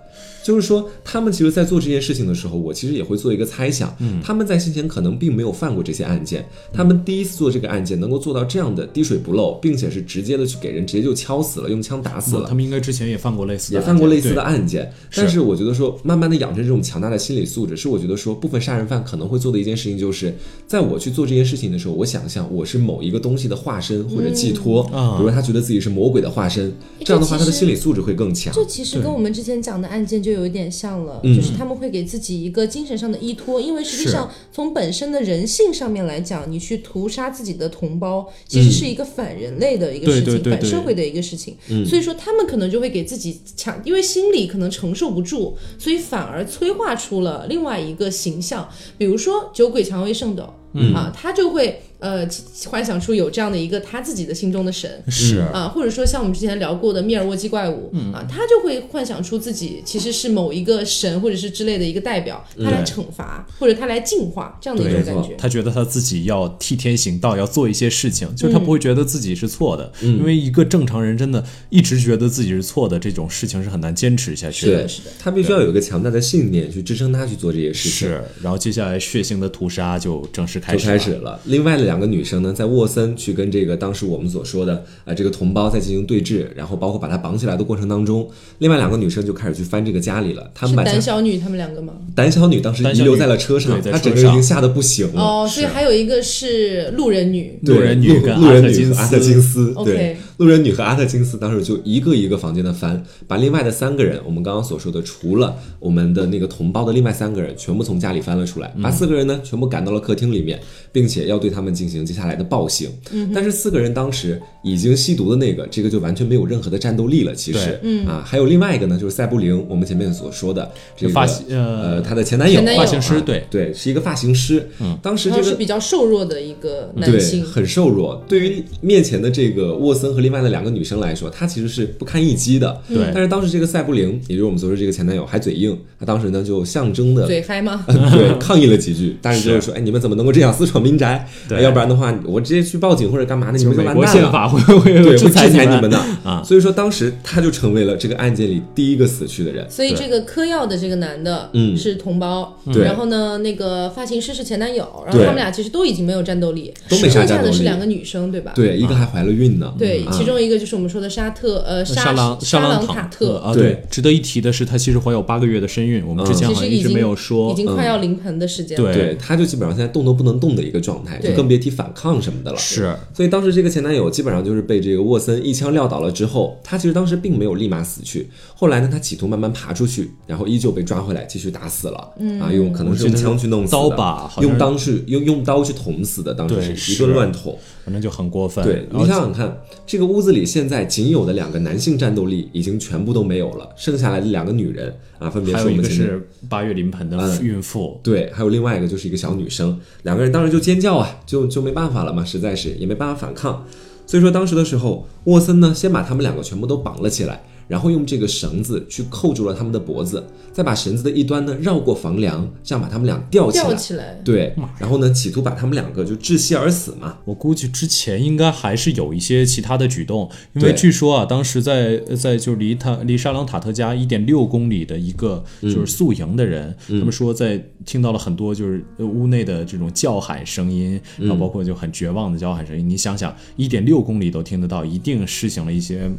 [SPEAKER 2] 就是说，他们其实，在做这件事情的时候，我其实也会做一个猜想。嗯，他们在先前可能并没有犯过这些案件，他们第一次做这个案件，能够做到这样的滴水不漏，并且是直接的去给人直接就敲死了，用枪打死
[SPEAKER 1] 不，
[SPEAKER 2] 了
[SPEAKER 1] 他。们应该之前也犯过类似的
[SPEAKER 2] 也
[SPEAKER 1] 案件，
[SPEAKER 2] 犯过类似的
[SPEAKER 1] 对。
[SPEAKER 2] 案件，但是我觉得说，慢慢的养成这种强大的心理素质，是我觉得说，部分杀人犯可能会做的一件事情，就是在我去做这件事情的时候，我想象我是某一个东西的化身或者寄托，
[SPEAKER 1] 啊
[SPEAKER 2] 比如说他觉得自己是魔鬼的化身，
[SPEAKER 3] 这
[SPEAKER 2] 嗯这样的话，
[SPEAKER 3] 其
[SPEAKER 2] 他
[SPEAKER 3] 实
[SPEAKER 2] 的心理素质会更强。
[SPEAKER 3] 这其实跟我们之前讲的案件就有一点像了，
[SPEAKER 2] 嗯
[SPEAKER 3] 就是他们会给自己一个精神上的依托，因为实际上从本身的人性上面来讲，你去屠杀自己的同胞，其实是一个反人类的一个事情，
[SPEAKER 1] 嗯对对对对嗯
[SPEAKER 3] 反社会的一个事情。所以说他们可能就会给自己强，因为心理可能承受不住，所以反而催化出了另外一个形象，比如说酒鬼蔷薇圣斗。
[SPEAKER 1] 嗯
[SPEAKER 3] 啊，他就会呃幻想出有这样的一个他自己的心中的神，
[SPEAKER 1] 是，
[SPEAKER 3] 啊，或者说像我们之前聊过的密尔沃基怪物、
[SPEAKER 2] 嗯
[SPEAKER 3] 啊，他就会幻想出自己其实是某一个神或者是之类的一个代表，他来惩罚、或者他来净化这样的一
[SPEAKER 1] 对
[SPEAKER 3] 种
[SPEAKER 2] 没
[SPEAKER 3] 感
[SPEAKER 2] 错
[SPEAKER 3] 觉。
[SPEAKER 1] 他觉得他自己要替天行道，要做一些事情，就是他
[SPEAKER 2] 嗯
[SPEAKER 1] 不会觉得自己是错的，因为一个正常人真的一直觉得自己是错的这种事情是很难坚持下去
[SPEAKER 2] 对，
[SPEAKER 1] 的。
[SPEAKER 3] 是的
[SPEAKER 2] 他必须要有一个强大的信念去支撑他去做这些事情。
[SPEAKER 1] 是，然后接下来血腥的屠杀就正式开
[SPEAKER 2] 就
[SPEAKER 1] 始
[SPEAKER 2] 开
[SPEAKER 1] 了。
[SPEAKER 2] 始了。另外的两个女生呢，在沃森去跟这个当时我们所说的啊、呃这个同胞在进行对峙，然后包括把他绑起来的过程当中，另外两个女生就开始去翻这个家里了。他
[SPEAKER 3] 是
[SPEAKER 2] 们把
[SPEAKER 3] 胆
[SPEAKER 2] 家
[SPEAKER 3] 小女她们两个吗？
[SPEAKER 2] 胆小女当时
[SPEAKER 1] 胆
[SPEAKER 2] 遗
[SPEAKER 1] 小
[SPEAKER 2] 留
[SPEAKER 1] 女
[SPEAKER 2] 在了车上，
[SPEAKER 1] 对在
[SPEAKER 2] 她
[SPEAKER 1] 车
[SPEAKER 2] 整个人已经
[SPEAKER 1] 上
[SPEAKER 2] 吓得不行了。
[SPEAKER 3] 哦，所以还有一个是路人女，
[SPEAKER 2] 嗯
[SPEAKER 1] 路人女跟
[SPEAKER 2] 路
[SPEAKER 1] 阿
[SPEAKER 2] 人
[SPEAKER 1] 特
[SPEAKER 2] 女
[SPEAKER 1] 金
[SPEAKER 2] 和阿特金斯，
[SPEAKER 3] OK
[SPEAKER 2] 对，路人女和阿特金斯当时就一个一个房间的翻，把另外的三个人，我们刚刚所说的，除了我们的那个同胞的另外三个人，全部从家里翻了出
[SPEAKER 1] 嗯
[SPEAKER 2] 来，把四个人呢全部赶到了客厅里面，并且要对他们进行接下来的暴行。
[SPEAKER 1] 嗯
[SPEAKER 2] 但是四个人当时已经吸毒的那个，这个就完全没有任何的战斗力了，其实
[SPEAKER 1] 对，
[SPEAKER 2] 啊，还有另外一个呢，就是塞布林，我们前面所说的这个
[SPEAKER 1] 发型
[SPEAKER 2] 呃，
[SPEAKER 1] 呃
[SPEAKER 2] 她的前男友
[SPEAKER 3] 前男友
[SPEAKER 1] 发型师
[SPEAKER 2] 啊
[SPEAKER 1] 对嗯
[SPEAKER 2] 对，是一个发型师，当时
[SPEAKER 3] 然
[SPEAKER 2] 这
[SPEAKER 3] 后
[SPEAKER 2] 个嗯
[SPEAKER 3] 是比较瘦弱的一个男
[SPEAKER 2] 对，
[SPEAKER 3] 性，
[SPEAKER 2] 很瘦弱。对于面前的这个沃森和另外的两个女生来说，她其实是不堪一击的。
[SPEAKER 1] 对
[SPEAKER 2] 但是当时这个赛布灵，也就是我们所说这个前男友，还嘴硬，他当时呢就象征的
[SPEAKER 3] 嘴嗨
[SPEAKER 2] 嗯
[SPEAKER 3] 吗？
[SPEAKER 2] 对，抗议了几句，大人就是说，哎，你们怎么能够这样私闯民宅？
[SPEAKER 1] 对
[SPEAKER 2] 哎要不然的话，我直接去报警或者干嘛的，嗯你
[SPEAKER 1] 就
[SPEAKER 2] 们
[SPEAKER 1] 是
[SPEAKER 2] 就
[SPEAKER 1] 美
[SPEAKER 2] 完
[SPEAKER 1] 国
[SPEAKER 2] 蛋
[SPEAKER 1] 宪
[SPEAKER 2] 了。
[SPEAKER 1] 法会会
[SPEAKER 2] 对，
[SPEAKER 1] 会
[SPEAKER 2] 会
[SPEAKER 1] 制
[SPEAKER 2] 制
[SPEAKER 1] 裁
[SPEAKER 2] 裁
[SPEAKER 1] 你
[SPEAKER 2] 们的
[SPEAKER 1] 啊。
[SPEAKER 2] 所以说，当时他就成为了这个案件里第一个死去的人。
[SPEAKER 3] 所以
[SPEAKER 1] 对
[SPEAKER 3] 这个嗑药的这个男的，
[SPEAKER 2] 嗯
[SPEAKER 3] 是同胞，
[SPEAKER 2] 对
[SPEAKER 3] 然后呢，那个发型师是前男友，然后
[SPEAKER 2] 对
[SPEAKER 3] 他们俩其实都已经没有战斗力，
[SPEAKER 2] 都没啥
[SPEAKER 3] 剩下
[SPEAKER 2] 战斗
[SPEAKER 3] 的
[SPEAKER 2] 力
[SPEAKER 3] 是两个女生，对吧？
[SPEAKER 1] 啊
[SPEAKER 2] 对，一个还怀了孕
[SPEAKER 1] 嗯
[SPEAKER 2] 呢。
[SPEAKER 3] 对
[SPEAKER 2] 啊
[SPEAKER 3] 其中一个就是我们说的沙特，呃，沙
[SPEAKER 1] 朗
[SPEAKER 3] 沙
[SPEAKER 1] 朗
[SPEAKER 3] 卡
[SPEAKER 1] 特
[SPEAKER 3] 特，
[SPEAKER 1] 啊，
[SPEAKER 2] 对嗯
[SPEAKER 1] 对，值得一提的是，她其实怀有八个月的身孕，我们之前
[SPEAKER 3] 其
[SPEAKER 1] 好
[SPEAKER 3] 实
[SPEAKER 1] 像一
[SPEAKER 3] 已
[SPEAKER 1] 直
[SPEAKER 3] 经
[SPEAKER 1] 没有说，嗯
[SPEAKER 3] 已经快要临盆的时间了。
[SPEAKER 1] 对
[SPEAKER 2] 对，他就基本上现在动都不能动的一个状态，就
[SPEAKER 3] 对
[SPEAKER 2] 更别提反抗什么的了。
[SPEAKER 1] 是
[SPEAKER 2] 所以当时这个前男友基本上就是被这个沃森一枪撂倒了之后，他其实当时并没有立马死去。后来呢，他企图慢慢爬出去，然后依旧被抓回来，继续打死了。嗯啊，用可能是用枪去弄死的，
[SPEAKER 1] 刀吧好像
[SPEAKER 2] 用刀去用用刀去捅死的，当
[SPEAKER 1] 对
[SPEAKER 2] 时是一
[SPEAKER 1] 是哎
[SPEAKER 2] 顿乱捅。
[SPEAKER 1] 反正就很过分。
[SPEAKER 2] 对
[SPEAKER 1] 然
[SPEAKER 2] 你
[SPEAKER 1] 后
[SPEAKER 2] 想想看，这个屋子里现在仅有的两个男性战斗力已经全部都没有了，剩下来的两个女人啊，分别嗯
[SPEAKER 1] 还
[SPEAKER 2] 是
[SPEAKER 1] 有
[SPEAKER 2] 我
[SPEAKER 1] 一
[SPEAKER 2] 们
[SPEAKER 1] 个
[SPEAKER 2] 前面
[SPEAKER 1] 是八月临盆的孕妇，
[SPEAKER 2] 对，还有另外一个就是一个小女生，两个人当时就尖叫啊，就就没办法了嘛，实在是也没办法反抗。所以说当时的时候，沃森呢先把他们两个全部都绑了起来，然后用这个绳子去扣住了他们的脖子，再把绳子的一端呢绕过房梁，这样把他们俩吊起
[SPEAKER 3] 吊
[SPEAKER 2] 来。
[SPEAKER 3] 起来，
[SPEAKER 1] 嗯
[SPEAKER 2] 对，然后呢企图把他们两个就窒息而死嘛。
[SPEAKER 1] 我估计之前应该还是有一些其他的举动，因为
[SPEAKER 2] 对
[SPEAKER 1] 据说啊，当时在在就离他离沙朗塔特家一点六公里的一个
[SPEAKER 2] 嗯
[SPEAKER 1] 就是宿营的人，他们说在听到了很多就是呃屋内的这种叫喊声音，
[SPEAKER 2] 嗯
[SPEAKER 1] 然后包括就很绝望的叫喊声音。你想想，一点六公里都听得到，一定施行了一些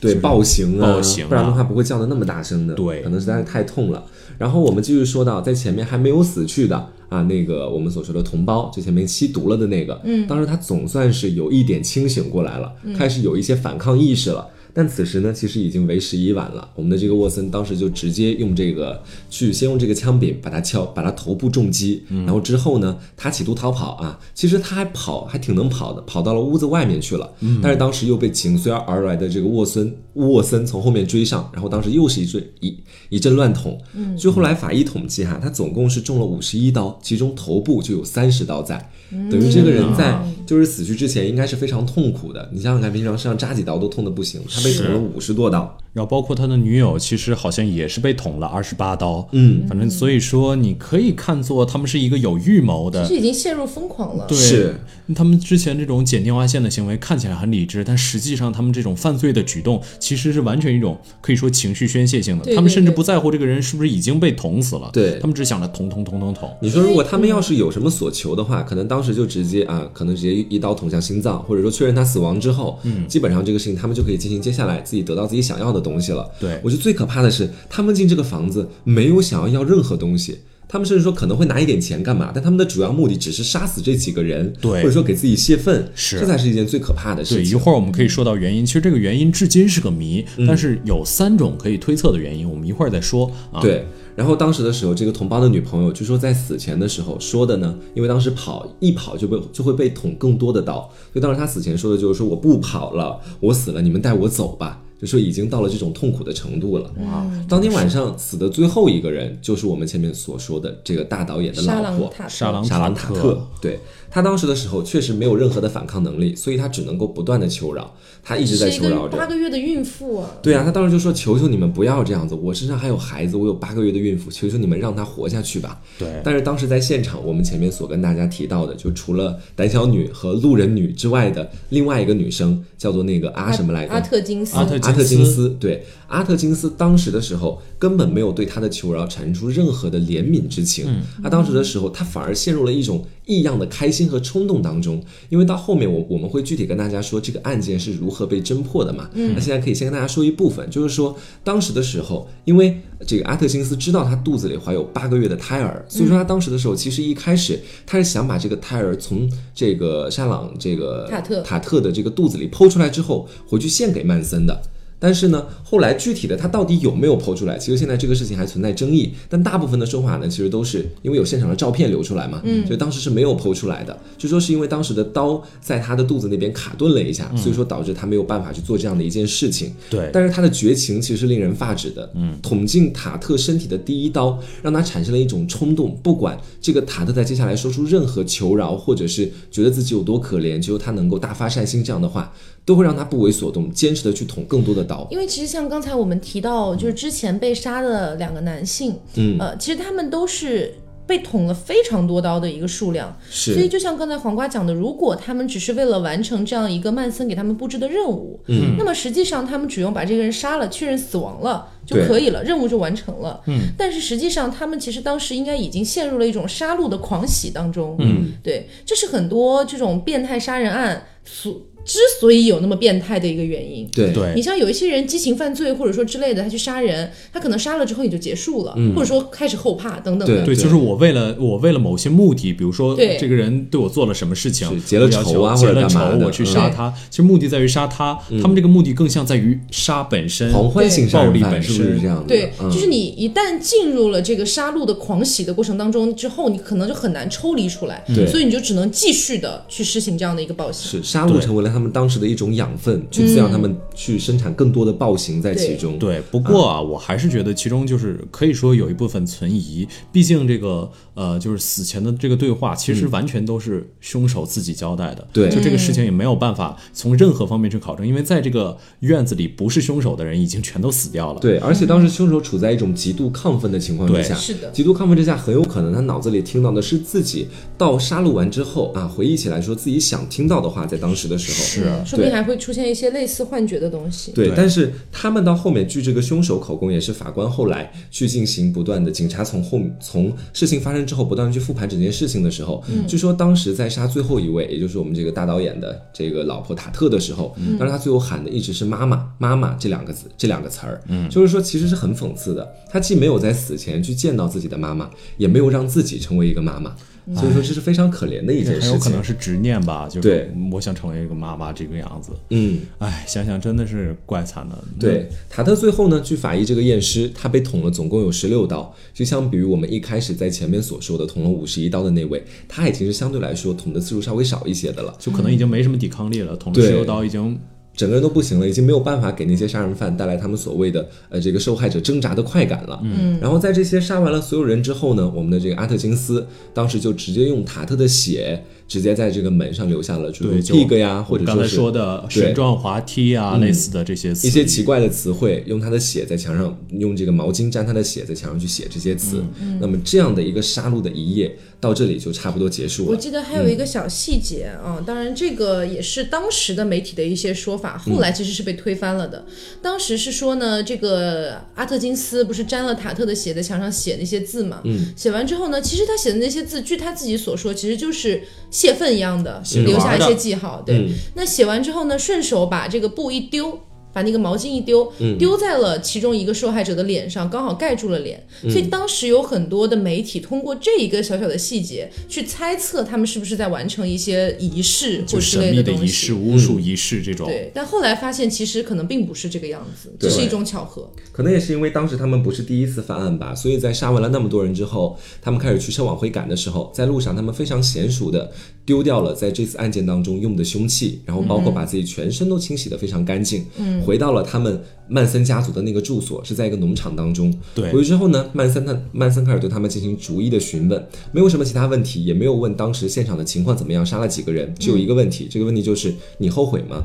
[SPEAKER 2] 对，
[SPEAKER 1] 就是
[SPEAKER 2] 暴行啊，
[SPEAKER 1] 暴行啊
[SPEAKER 2] 不然的话不会叫的那么大声的。
[SPEAKER 1] 对
[SPEAKER 2] 可能实在是太痛了。然后我们继续说到，在前面还没有死去的啊，那个我们所说的同胞，就前面吸毒了的那个，嗯，当时他总算是有一点清醒过来了，开始有一些反抗意识了。但此时呢，其实已经为时已晚了。我们的这个沃森当时就直接用这个去先用这个枪柄把他敲，把他头部重击，
[SPEAKER 1] 嗯
[SPEAKER 2] 然后之后呢，他企图逃跑啊，其实他还跑，还挺能跑的，跑到了屋子外面去了。但是当时又被紧随而来的这个沃森沃森从后面追上，然后当时又是一阵一一阵乱捅。嗯，据后来法医统计哈，他总共是中了五十一刀，其中头部就有三十刀在，等于这个人在就是死去之前应该是非常痛苦的。你想想看，平常身上扎几刀都痛的不行，他被捅了五十多刀。
[SPEAKER 1] 然后包括他的女友，其实好像也是被捅了二十八刀。
[SPEAKER 2] 嗯，
[SPEAKER 1] 反正所以说，你可以看作他们是一个有预谋的
[SPEAKER 3] 这。已经陷入疯狂了。
[SPEAKER 1] 对，
[SPEAKER 2] 是
[SPEAKER 1] 他们之前这种剪电话线的行为看起来很理智，但实际上他们这种犯罪的举动其实是完全一种可以说情绪宣泄性的。
[SPEAKER 3] 对
[SPEAKER 1] 他们
[SPEAKER 3] 对
[SPEAKER 1] 甚至
[SPEAKER 3] 对
[SPEAKER 1] 不在乎这个人是不是已经被捅死了，
[SPEAKER 2] 对
[SPEAKER 1] 他们只想着捅捅捅捅捅。
[SPEAKER 2] 你说，如果他
[SPEAKER 1] 嗯
[SPEAKER 2] 们要是有什么所求的话，可能当时就直接啊，可能直接一刀捅向心脏，或者说确认他死亡之后，嗯，基本上这个事情他们就可以进行接下来自己得到自己想要的东西了。
[SPEAKER 1] 对
[SPEAKER 2] 我觉得最可怕的是，他们进这个房子没有想要要任何东西。他们甚至说可能会拿一点钱干嘛，但他们的主要目的只是杀死这几个人，
[SPEAKER 1] 对
[SPEAKER 2] 或者说给自己泄愤，
[SPEAKER 1] 是
[SPEAKER 2] 这才是一嗯件最可怕的事
[SPEAKER 1] 对，一
[SPEAKER 2] 情。
[SPEAKER 1] 会儿我们可以说到原因。其实这个原因至今是个谜，但是有三种可以推测的原因，我们一会儿再说啊。，
[SPEAKER 2] 对，然后当时的时候，这个同胞的女朋友据说在死前的时候说的呢，因为当时跑一跑就被就会被捅更多的刀，所以当时她死前说的就是说我不跑了，我死了，你们带我走吧。就说已经到了这种痛苦的程度了。哇！当天晚上死的最后一个人就是我们前面所说的这个大导演的
[SPEAKER 3] 沙
[SPEAKER 2] 老
[SPEAKER 3] 朗
[SPEAKER 2] 婆
[SPEAKER 3] 塔特
[SPEAKER 1] 沙朗
[SPEAKER 2] 沙朗塔
[SPEAKER 1] 塔
[SPEAKER 2] 特。对他当时的时候确实没有任何的反抗能力，所以他只能够不断的求饶，他一直在
[SPEAKER 3] 是一
[SPEAKER 2] 求
[SPEAKER 3] 个
[SPEAKER 2] 饶着。
[SPEAKER 3] 八个月的孕妇啊，
[SPEAKER 2] 对啊，他当时就说：“求求你们不要这样子，我身上还有孩子，我有八个月的孕妇，求求你们让她活下去吧。”
[SPEAKER 1] 对
[SPEAKER 2] 但是当时在现场，我们前面所跟大家提到的，就除了胆小女和路人女之外的另外一个女生，叫做那个阿什么来着？
[SPEAKER 3] 阿特金斯，
[SPEAKER 1] 哎阿特
[SPEAKER 2] 阿特
[SPEAKER 1] 金
[SPEAKER 2] 金
[SPEAKER 1] 斯
[SPEAKER 2] 斯，对，阿特金斯当时的时候根本没有对他的求饶产生出任何的怜悯之情，
[SPEAKER 1] 嗯
[SPEAKER 2] 他当时的时候，他反而陷入了一种异样的开心和冲动当中，因为到后面我我们会具体跟大家说这个案件是如何被侦破的嘛，
[SPEAKER 1] 嗯
[SPEAKER 2] 那现在可以先跟大家说一部分，就是说当时的时候，因为这个阿特金斯知道他肚子里怀有八个月的胎儿，所以
[SPEAKER 1] 嗯
[SPEAKER 2] 说他当时的时候，其实一开始他是想把这个胎儿从这个沙朗这个
[SPEAKER 3] 塔特
[SPEAKER 2] 塔特的这个肚子里剖出来之后，回去献给曼森的。但是呢，后来具体的他到底有没有剖出来，其实现在这个事情还存在争议。但大部分的说法呢，其实都是因为有现场的照片流出来嘛，嗯，所以当时是没有剖出来的。据说是因为当时的刀在他的肚子那边卡顿了一下，所以说导致他没有办法去做这样的一件事情。
[SPEAKER 1] 对
[SPEAKER 2] 但是他的绝情其实是令人发指的。嗯，捅进塔特身体的第一刀，让他产生了一种冲动，不管这个塔特在接下来说出任何求饶，或者是觉得自己有多可怜，只有他能够大发善心这样的话，都会让他不为所动，坚持的去捅更多的刀。
[SPEAKER 3] 因为其实像刚才我们提到，就是之前被杀的两个男性，
[SPEAKER 2] 嗯
[SPEAKER 3] 呃，其实他们都是被捅了非常多刀的一个数量，
[SPEAKER 2] 是
[SPEAKER 3] 所以就像刚才黄瓜讲的，如果他们只是为了完成这样一个曼森给他们布置的任务，嗯，那么实际上他们只用把这个人杀了，确认死亡了就
[SPEAKER 2] 对
[SPEAKER 3] 可以了，任务就完成了，嗯，但是实际上他们其实当时应该已经陷入了一种杀戮的狂喜当中，嗯，对，这是很多这种变态杀人案所之所以有那么变态的一个原因，
[SPEAKER 2] 对
[SPEAKER 1] 对
[SPEAKER 3] 你像有一些人激情犯罪或者说之类的，他去杀人，他可能杀了之后也就结束了，或者说开始后怕等等的。
[SPEAKER 2] 对
[SPEAKER 1] 对，就是我为了我为了某些目的，比如说
[SPEAKER 3] 对
[SPEAKER 1] 这个人对我做了什么事情
[SPEAKER 2] 是，结了
[SPEAKER 1] 我要求
[SPEAKER 2] 仇啊
[SPEAKER 1] 结
[SPEAKER 2] 或者
[SPEAKER 1] 了
[SPEAKER 2] 干嘛
[SPEAKER 1] 仇，
[SPEAKER 2] 的嗯
[SPEAKER 1] 我去杀他。其实目的在于杀他，他们这个目的更像在于杀本身。
[SPEAKER 2] 狂欢性杀
[SPEAKER 1] 暴
[SPEAKER 2] 人
[SPEAKER 1] 力
[SPEAKER 2] 犯
[SPEAKER 1] 本
[SPEAKER 2] 是不是
[SPEAKER 1] 身
[SPEAKER 2] 这样的？
[SPEAKER 3] 对，
[SPEAKER 2] 嗯
[SPEAKER 3] 就是你一旦进入了这个杀戮的狂喜的过程当中之后，你可能就很难抽离出来，
[SPEAKER 2] 对
[SPEAKER 3] 所以你就只能继续的去施行这样的一个暴行。
[SPEAKER 2] 是杀戮
[SPEAKER 1] 对嗯
[SPEAKER 2] 成为了他们当时的一种养分，去滋养他们去生产更多的暴行在其中。
[SPEAKER 1] 对，不过啊，我还是觉得其中就是可以说有一部分存疑，毕竟这个呃，就是死前的这个对话，其实完全都是凶手自己交代的。
[SPEAKER 2] 嗯对
[SPEAKER 1] 就这个事情也没有办法从任何方面去考证，因为在这个院子里不是凶手的人已经全都死掉了。
[SPEAKER 2] 对，而且当时凶手处在一种极度亢奋的情况之
[SPEAKER 1] 对
[SPEAKER 2] 下，
[SPEAKER 3] 嗯是的
[SPEAKER 2] 极度亢奋之下，很有可能他脑子里听到的是自己到杀戮完之后啊，回忆起来说自己想听到的话，在当时的时候
[SPEAKER 3] 嗯说不
[SPEAKER 2] 啊对
[SPEAKER 3] 定还会出现一些类似幻觉的东西。
[SPEAKER 2] 对
[SPEAKER 1] 对，
[SPEAKER 2] 但是他们到后面据这个凶手口供，也是法官后来去进行不断的警察从后从事情发生之后不断地去复盘整件事情的时候，
[SPEAKER 1] 嗯
[SPEAKER 2] 据说当时在杀最后一位，也就是我们这个大导演的这个老婆塔特的时候，
[SPEAKER 1] 嗯
[SPEAKER 2] 当时他最后喊的一直是妈妈妈妈这两个字这两个词儿，
[SPEAKER 1] 嗯
[SPEAKER 2] 就是说其实是很讽刺的，他既没有在死前去见到自己的妈妈，也没有让自己成为一个妈妈，所以说这是非常可怜的一件
[SPEAKER 1] 嗯很
[SPEAKER 2] 事
[SPEAKER 1] 有可
[SPEAKER 2] 情
[SPEAKER 1] 能。是执念吧，就是
[SPEAKER 2] 对
[SPEAKER 1] 我想成为一个妈妈这个样子。
[SPEAKER 2] 嗯，
[SPEAKER 1] 哎，想想真的是怪惨的。
[SPEAKER 2] 对，塔特最后呢，据法医这个验尸，他被捅了总共有十六刀，就相比于我们一开始在前面所说的捅了五十一刀的那位，他已经是相对来说捅的次数稍微少一些的了，
[SPEAKER 1] 就可能已经没什么抵抗力了，捅了
[SPEAKER 2] 对
[SPEAKER 1] 十六刀已经
[SPEAKER 2] 整个人都不行了，已经没有办法给那些杀人犯带来他们所谓的呃这个受害者挣扎的快感了。嗯，然后在这些杀完了所有人之后呢，我们的这个阿特金斯当时就直接用塔特的血直接在这个门上留下了，就是
[SPEAKER 1] 对就
[SPEAKER 2] pig 呀，或
[SPEAKER 1] 我
[SPEAKER 2] 者
[SPEAKER 1] 刚才
[SPEAKER 2] 是
[SPEAKER 1] 说的
[SPEAKER 2] 对嗯
[SPEAKER 1] 水状滑梯啊，类似的这些词
[SPEAKER 2] 一些奇怪的词汇，用他的血在墙上，用这个毛巾沾他的血在墙上去写这些词。那么这样的一个杀戮的一夜到这里就差不多结束
[SPEAKER 3] 我
[SPEAKER 2] 了。
[SPEAKER 3] 记得还有一个小细节啊，当然这个也是当时的媒体的一些说法，后来其实是被推翻了的。当时是说呢，这个阿特金斯不是沾了塔特的血，在墙上写那些字嘛？嗯，写完之后呢，其实他写的那些字，据他自己所说，其实就是泄愤一样的，
[SPEAKER 1] 着
[SPEAKER 3] 留下
[SPEAKER 1] 玩
[SPEAKER 3] 一
[SPEAKER 1] 的
[SPEAKER 3] 些记号。对，
[SPEAKER 2] 嗯
[SPEAKER 3] 那写完之后呢，顺手把这个布一丢。把那个毛巾一丢，
[SPEAKER 1] 嗯
[SPEAKER 3] 丢在了其中一个受害者的脸上，刚好盖住了脸。
[SPEAKER 1] 嗯
[SPEAKER 3] 所以当时有很多的媒体通过这一个小小的细节去猜测他们是不是在完成一些仪式或
[SPEAKER 1] 就
[SPEAKER 3] 之
[SPEAKER 1] 神
[SPEAKER 3] 类
[SPEAKER 1] 秘
[SPEAKER 3] 东
[SPEAKER 1] 仪
[SPEAKER 2] 嗯
[SPEAKER 3] 西
[SPEAKER 1] 式、。巫术仪式这种。
[SPEAKER 3] 对，但后来发现其实可能并不是这个样子，
[SPEAKER 2] 对
[SPEAKER 3] 只是一种巧合。
[SPEAKER 2] 可能也是因为当时他们不是第一次犯案吧，所以在杀完了那么多人之后，他们开始驱车往回赶的时候，在路上他们非常娴熟的丢掉了在这次案件当中用的凶器，然后包括把自己全身都清洗的非常干净，嗯，回到了他们曼森家族的那个住所，是在一个农场当中。
[SPEAKER 1] 对
[SPEAKER 2] 回去之后呢，曼森他曼森开始对他们进行逐一的询问，没有什么其他问题，也没有问当时现场的情况怎么样，杀了几个人，只有一个问题，这个问题就是你后悔吗？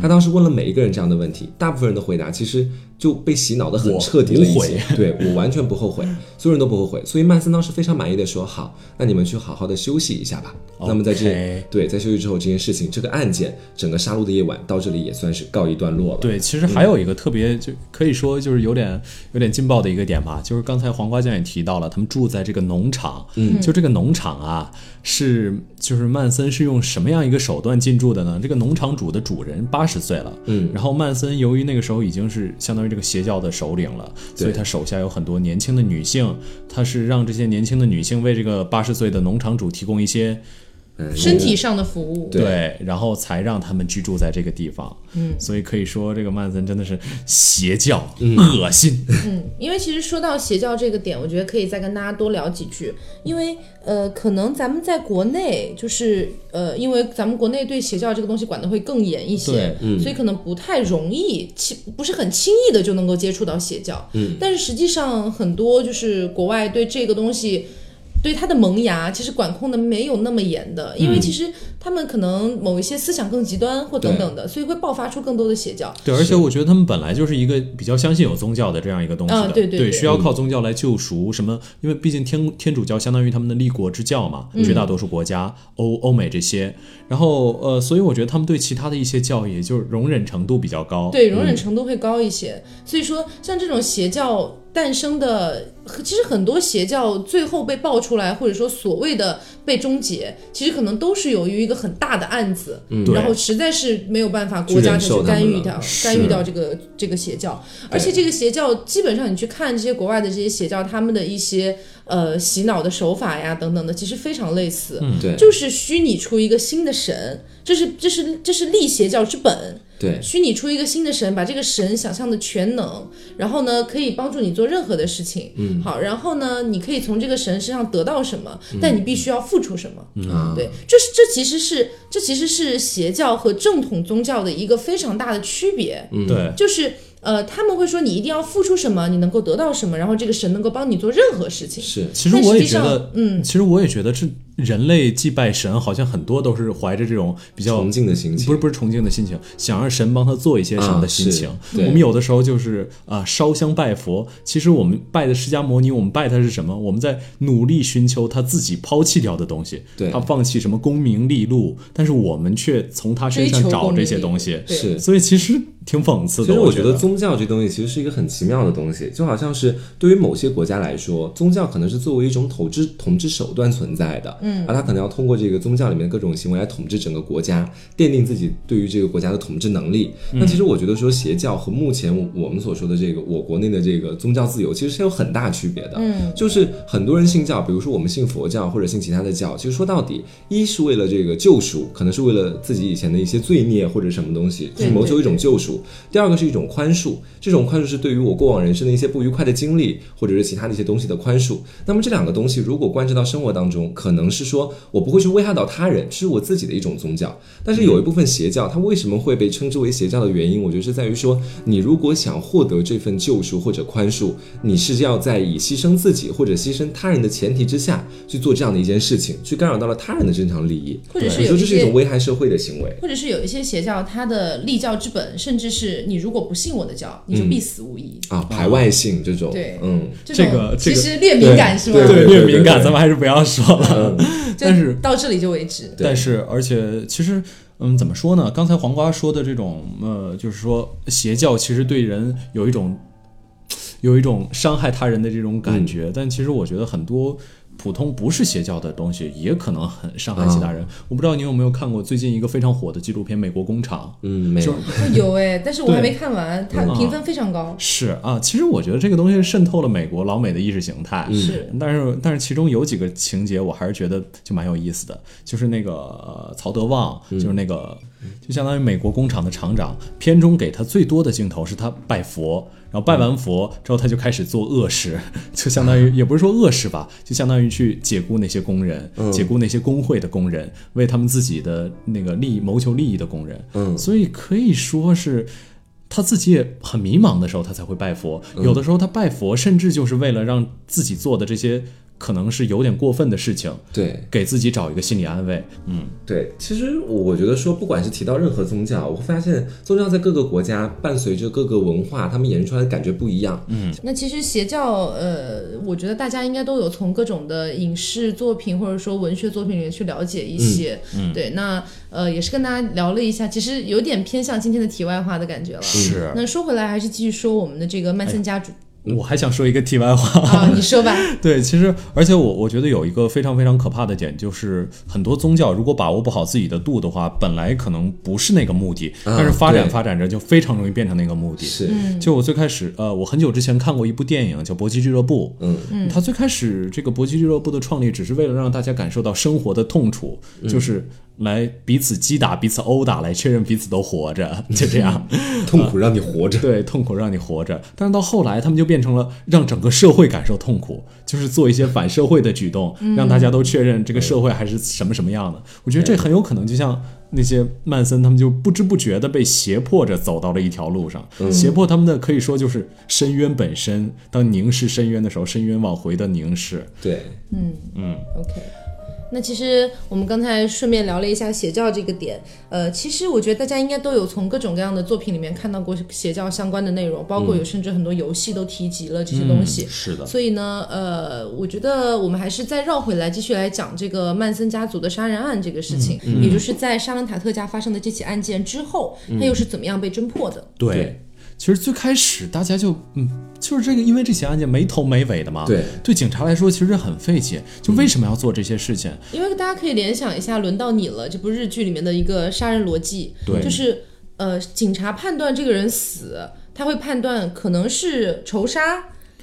[SPEAKER 2] 他当时问了每一个人这样的问题，大部分人的回答其实就被洗脑的很彻底了一
[SPEAKER 1] 我不
[SPEAKER 2] 些
[SPEAKER 1] 悔。
[SPEAKER 2] 对我完全不后 悔，所有人都不后悔。所以曼森当时非常满意的说：“好，那你们去好好的休息一下吧。”那么在这
[SPEAKER 1] OK
[SPEAKER 2] 对在休息之后，这件事情这个案件整个杀戮的夜晚到这里也算是告一段落了。
[SPEAKER 1] 对，其实还有一个特别，就可以说就是有点有点劲爆的一个点吧，就是刚才黄瓜酱也提到了，他们住在这个农场，嗯，就这个农场啊，是就是曼森是用什么样一个手段进驻的呢？这个农场主的主人八十岁了，
[SPEAKER 2] 嗯，
[SPEAKER 1] 然后曼森由于那个时候已经是相当于这个邪教的首领了，所以他手下有很多年轻的女性，他是让这些年轻的女性为这个八十岁的农场主提供一些。
[SPEAKER 2] 嗯
[SPEAKER 3] 身体上的服务。
[SPEAKER 2] 对
[SPEAKER 1] 对，然后才让他们居住在这个地方。嗯，所以可以说这个曼森真的是邪教、恶心。
[SPEAKER 3] 嗯，因为其实说到邪教这个点，我觉得可以再跟大家多聊几句，因为呃，可能咱们在国内就是呃，因为咱们国内对邪教这个东西管得会更严一些
[SPEAKER 1] 对，
[SPEAKER 3] 所以可能不太容易，轻不是很轻易的就能够接触到邪教，嗯，但是实际上很多就是国外对这个东西。对它的萌芽，其实管控的没有那么严的，因为其实他们可能某一些思想更极端或等等的，所以会爆发出更多的邪教。
[SPEAKER 1] 对，而且我觉得他们本来就是一个比较相信有宗教的这样一个东西的，
[SPEAKER 3] 啊对对对
[SPEAKER 1] 需要靠宗教来救赎什么？因为毕竟天天主教相当于他们的立国之教嘛，
[SPEAKER 3] 嗯
[SPEAKER 1] 绝大多数国家、欧欧美这些，然后呃，所以我觉得他们对其他的一些教义就是容忍程度比较高。
[SPEAKER 2] 嗯
[SPEAKER 3] 对，容忍程度会高一些。所以说，像这种邪教诞生的，其实很多邪教最后被爆出来，或者说所谓的被终结，其实可能都是由于一个很大的案子，
[SPEAKER 1] 对
[SPEAKER 3] 然后实在是没有办法
[SPEAKER 2] 嗯去
[SPEAKER 3] 国家
[SPEAKER 2] 忍
[SPEAKER 3] 才
[SPEAKER 2] 受
[SPEAKER 3] 去
[SPEAKER 2] 他
[SPEAKER 3] 干
[SPEAKER 2] 们
[SPEAKER 3] 预
[SPEAKER 2] 了
[SPEAKER 3] 掉
[SPEAKER 1] 是
[SPEAKER 3] 干预掉这个这个邪教，而且这个邪教基本上你去看这些国外的这些邪教，他们的一些呃洗脑的手法呀等等的，其实非常类似。
[SPEAKER 2] 对
[SPEAKER 3] 就是虚拟出一个新的神，这是这是这是立邪教之本，
[SPEAKER 2] 对
[SPEAKER 3] 虚拟出一个新的神，把这个神想象的全能，然后呢，可以帮助你做任何的事情。嗯，好，然后呢，你可以从这个神身上得到什么，但你必须要付出什么。
[SPEAKER 2] 啊，
[SPEAKER 3] 对，这是这其实是这其实是邪教和正统宗教的一个非常大的区别。嗯，
[SPEAKER 1] 对
[SPEAKER 3] 就是呃，他们会说你一定要付出什么，你能够得到什么，然后这个神能够帮你做任何事情。
[SPEAKER 2] 是
[SPEAKER 1] 其实我也觉
[SPEAKER 3] 但实际
[SPEAKER 1] 得
[SPEAKER 3] 上，嗯，
[SPEAKER 1] 其实我也觉得这人类祭拜神好像很多都是怀着这种比较
[SPEAKER 2] 崇敬的心情，
[SPEAKER 1] 不是不是崇敬的心情，想让神帮他做一些什么的心情
[SPEAKER 2] 啊。是对
[SPEAKER 1] 我们有的时候就是啊、烧香拜佛。其实我们拜的释迦牟尼，我们拜他是什么？我们在努力寻求他自己抛弃掉的东西。
[SPEAKER 2] 对
[SPEAKER 1] 他放弃什么功名利禄，但是我们却从他身上
[SPEAKER 3] 追求
[SPEAKER 1] 找
[SPEAKER 3] 功
[SPEAKER 1] 这
[SPEAKER 3] 名
[SPEAKER 1] 些
[SPEAKER 3] 利禄
[SPEAKER 1] 东西。
[SPEAKER 3] 对
[SPEAKER 2] 是
[SPEAKER 1] 所以其实挺讽刺的。
[SPEAKER 2] 其实
[SPEAKER 1] 我
[SPEAKER 2] 我觉得
[SPEAKER 1] 得
[SPEAKER 2] 宗教这东西其实是一个很奇妙的东西，就好像是对于某些国家来说，宗教可能是作为一种统治统治手段存在的，嗯，而他可能要通过这个宗教里面的各种行为来统治整个国家，奠定自己对于这个国家的统治能力。那其实我觉得说邪教和目前我我们所说的这个我国内的这个宗教自由其实是有很大区别的，嗯，就是很多人信教，比如说我们信佛教或者信其他的教，其实说到底，一是为了这个救赎，可能是为了自己以前的一些罪孽或者什么东西，
[SPEAKER 3] 对
[SPEAKER 2] 去谋求一种
[SPEAKER 3] 对对
[SPEAKER 2] 救赎；第二个是一种宽恕，这种宽恕是对于我过往人生的一些不愉快的经历，或者是其他的一些东西的宽恕。那么这两个东西如果关系到生活当中，可能是说我不会去危害到他人，这是我自己的一种宗教。但是有一部分邪教，它为什么会被称之为邪教的原因，我觉得是在于说，你如果想获得这份救赎或者宽恕，你是要在以牺牲自己或者牺牲他人的前提之下去做这样的一件事情，去干扰到了他人的正常利益。
[SPEAKER 3] 或者是
[SPEAKER 2] 你
[SPEAKER 3] 有
[SPEAKER 2] 说
[SPEAKER 3] 一
[SPEAKER 2] 这是一
[SPEAKER 3] 些
[SPEAKER 2] 种危害社会的行为。
[SPEAKER 3] 或者是有一些邪教，它的立教之本，甚至是你如果不信我的教，你就必死无疑。
[SPEAKER 2] 啊，排外性这种，
[SPEAKER 3] 嗯对
[SPEAKER 2] 嗯，
[SPEAKER 3] 种
[SPEAKER 1] 这个这
[SPEAKER 3] 其
[SPEAKER 1] 个
[SPEAKER 3] 实略敏感是吗？
[SPEAKER 2] 对
[SPEAKER 1] 对
[SPEAKER 2] 对
[SPEAKER 1] 越
[SPEAKER 2] 对
[SPEAKER 1] 敏感，
[SPEAKER 2] 对嗯
[SPEAKER 1] 咱们还是不要说了。
[SPEAKER 3] 就
[SPEAKER 1] 但是
[SPEAKER 3] 到这里就为止。
[SPEAKER 2] 对
[SPEAKER 1] 但是，而且其实，嗯，怎么说呢？刚才黄瓜说的这种，呃，就是说邪教其实对人有一种，有一种伤害他人的这种感
[SPEAKER 2] 嗯
[SPEAKER 1] 觉。但其实我觉得很多普通不是邪教的东西，也可能很伤害其他
[SPEAKER 2] 嗯
[SPEAKER 1] 人。我不知道你有没有看过最近一个非常火的纪录片《美国工厂》。
[SPEAKER 2] 嗯，没有
[SPEAKER 1] 就，
[SPEAKER 3] 哦有哎，但是我还
[SPEAKER 1] 对
[SPEAKER 3] 没看完，它
[SPEAKER 1] 嗯
[SPEAKER 3] 评分非常高。
[SPEAKER 1] 是啊，其实我觉得这个东西渗透了美国老美的意识形态，
[SPEAKER 3] 是
[SPEAKER 1] 但是但是其中有几个情节我还是觉得就蛮有意思的，就是那个、呃曹德旺，就是那个、就相当于美国工厂的厂长，片中给他最多的镜头是他拜佛，然后拜完佛之后他就开始做恶事， 就相当于也不是说恶事吧，就相当于去解雇那些工人，解雇那些工会的工人，为他们自己的那个利益谋求利益的工人，
[SPEAKER 2] 嗯
[SPEAKER 1] 所以可以说是。他自己也很迷茫的时候，他才会拜佛。有的时候他拜佛，甚至就是为了让自己做的这些可能是有点过分的事情，
[SPEAKER 2] 对
[SPEAKER 1] 给自己找一个心理安慰。嗯，
[SPEAKER 2] 对，其实我觉得说，不管是提到任何宗教，我会发现宗教在各个国家伴随着各个文化，他们演出来的感觉不一样。嗯，
[SPEAKER 3] 那其实邪教，呃，我觉得大家应该都有从各种的影视作品或者说文学作品里面去了
[SPEAKER 1] 嗯
[SPEAKER 3] 解一些。对，那呃也是跟大家聊了一下，其实有点偏向今天的题外话的感觉了。
[SPEAKER 1] 是
[SPEAKER 3] 那说回来，还是继续说我们的这个曼森家族。
[SPEAKER 1] 我还想说一个题外话，
[SPEAKER 3] 啊，你说吧，
[SPEAKER 1] 嗯 对，其实而且我我觉得有一个非常非常可怕的点，就是很多宗教如果把握不好自己的度的话，本来可能不是那个目的，
[SPEAKER 2] 啊
[SPEAKER 1] 但是发展
[SPEAKER 2] 对
[SPEAKER 1] 发展着就非常容易变成那个目的。
[SPEAKER 2] 是，
[SPEAKER 1] 就我最开始，呃，我很久之前看过一部电影叫《搏击俱乐部》，
[SPEAKER 2] 嗯
[SPEAKER 1] 嗯，它最开始这个搏击俱乐部的创立，只是为了让大家感受到生活的痛楚，就是来彼此击打、彼此殴打，来确认彼此都活着，就这样。
[SPEAKER 2] 痛苦让你活着。
[SPEAKER 1] 对，痛苦让你活着。但是到后来，他们就变成了让整个社会感受痛苦，就是做一些反社会的举动，让大家都确认这个社会还是什么什么样的。我觉得这很有可能就像那些曼森他们就不知不觉的被胁迫着走到了一条路上，胁迫他们的可以说就是深渊本身。当凝视深渊的时候，深渊往回的凝视。
[SPEAKER 2] 对，
[SPEAKER 3] OK，那其实我们刚才顺便聊了一下邪教这个点，呃，其实我觉得大家应该都有从各种各样的作品里面看到过邪教相关的内容，包括有甚至很多游戏都提及了这些东西。
[SPEAKER 1] 嗯是的，
[SPEAKER 3] 所以呢，呃，我觉得我们还是再绕回来继续来讲这个曼森家族的杀人案这个事情，
[SPEAKER 1] 嗯
[SPEAKER 3] 也就是在沙伦塔特家发生的这起案件之后，他又是怎么样被侦破的？
[SPEAKER 1] 对。
[SPEAKER 2] 对
[SPEAKER 1] 其实最开始大家就嗯，就是这个，因为这起案件没头没尾的嘛。
[SPEAKER 2] 对
[SPEAKER 1] 对警察来说其实很费解，就为什么要做这些事情？
[SPEAKER 3] 因为大家可以联想一下，轮到你了，这部日剧里面的一个杀人逻辑，
[SPEAKER 1] 对
[SPEAKER 3] 就是呃，警察判断这个人死，他会判断可能是仇杀、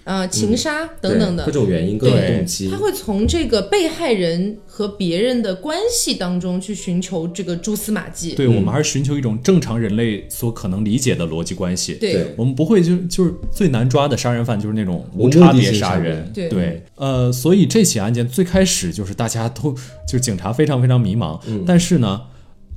[SPEAKER 3] 呃情杀、等
[SPEAKER 2] 嗯
[SPEAKER 3] 等
[SPEAKER 2] 对各
[SPEAKER 3] 的。
[SPEAKER 2] 种原因、各种
[SPEAKER 1] 对
[SPEAKER 2] 动机
[SPEAKER 3] 他，会从这个被害人和别人的关系当中去寻求这个蛛丝马迹。
[SPEAKER 1] 对，
[SPEAKER 2] 嗯
[SPEAKER 1] 我们还是寻求一种正常人类所可能理解的逻辑关系。
[SPEAKER 3] 对
[SPEAKER 2] 对
[SPEAKER 1] 我们不会就就是最难抓的杀人犯就是那种
[SPEAKER 2] 无目的
[SPEAKER 1] 差别
[SPEAKER 2] 性
[SPEAKER 1] 杀
[SPEAKER 2] 杀人
[SPEAKER 1] 人。
[SPEAKER 3] 对
[SPEAKER 1] 呃，所以这起案件最开始就是大家都就是警察非常非常迷茫，
[SPEAKER 2] 嗯
[SPEAKER 1] 但是呢。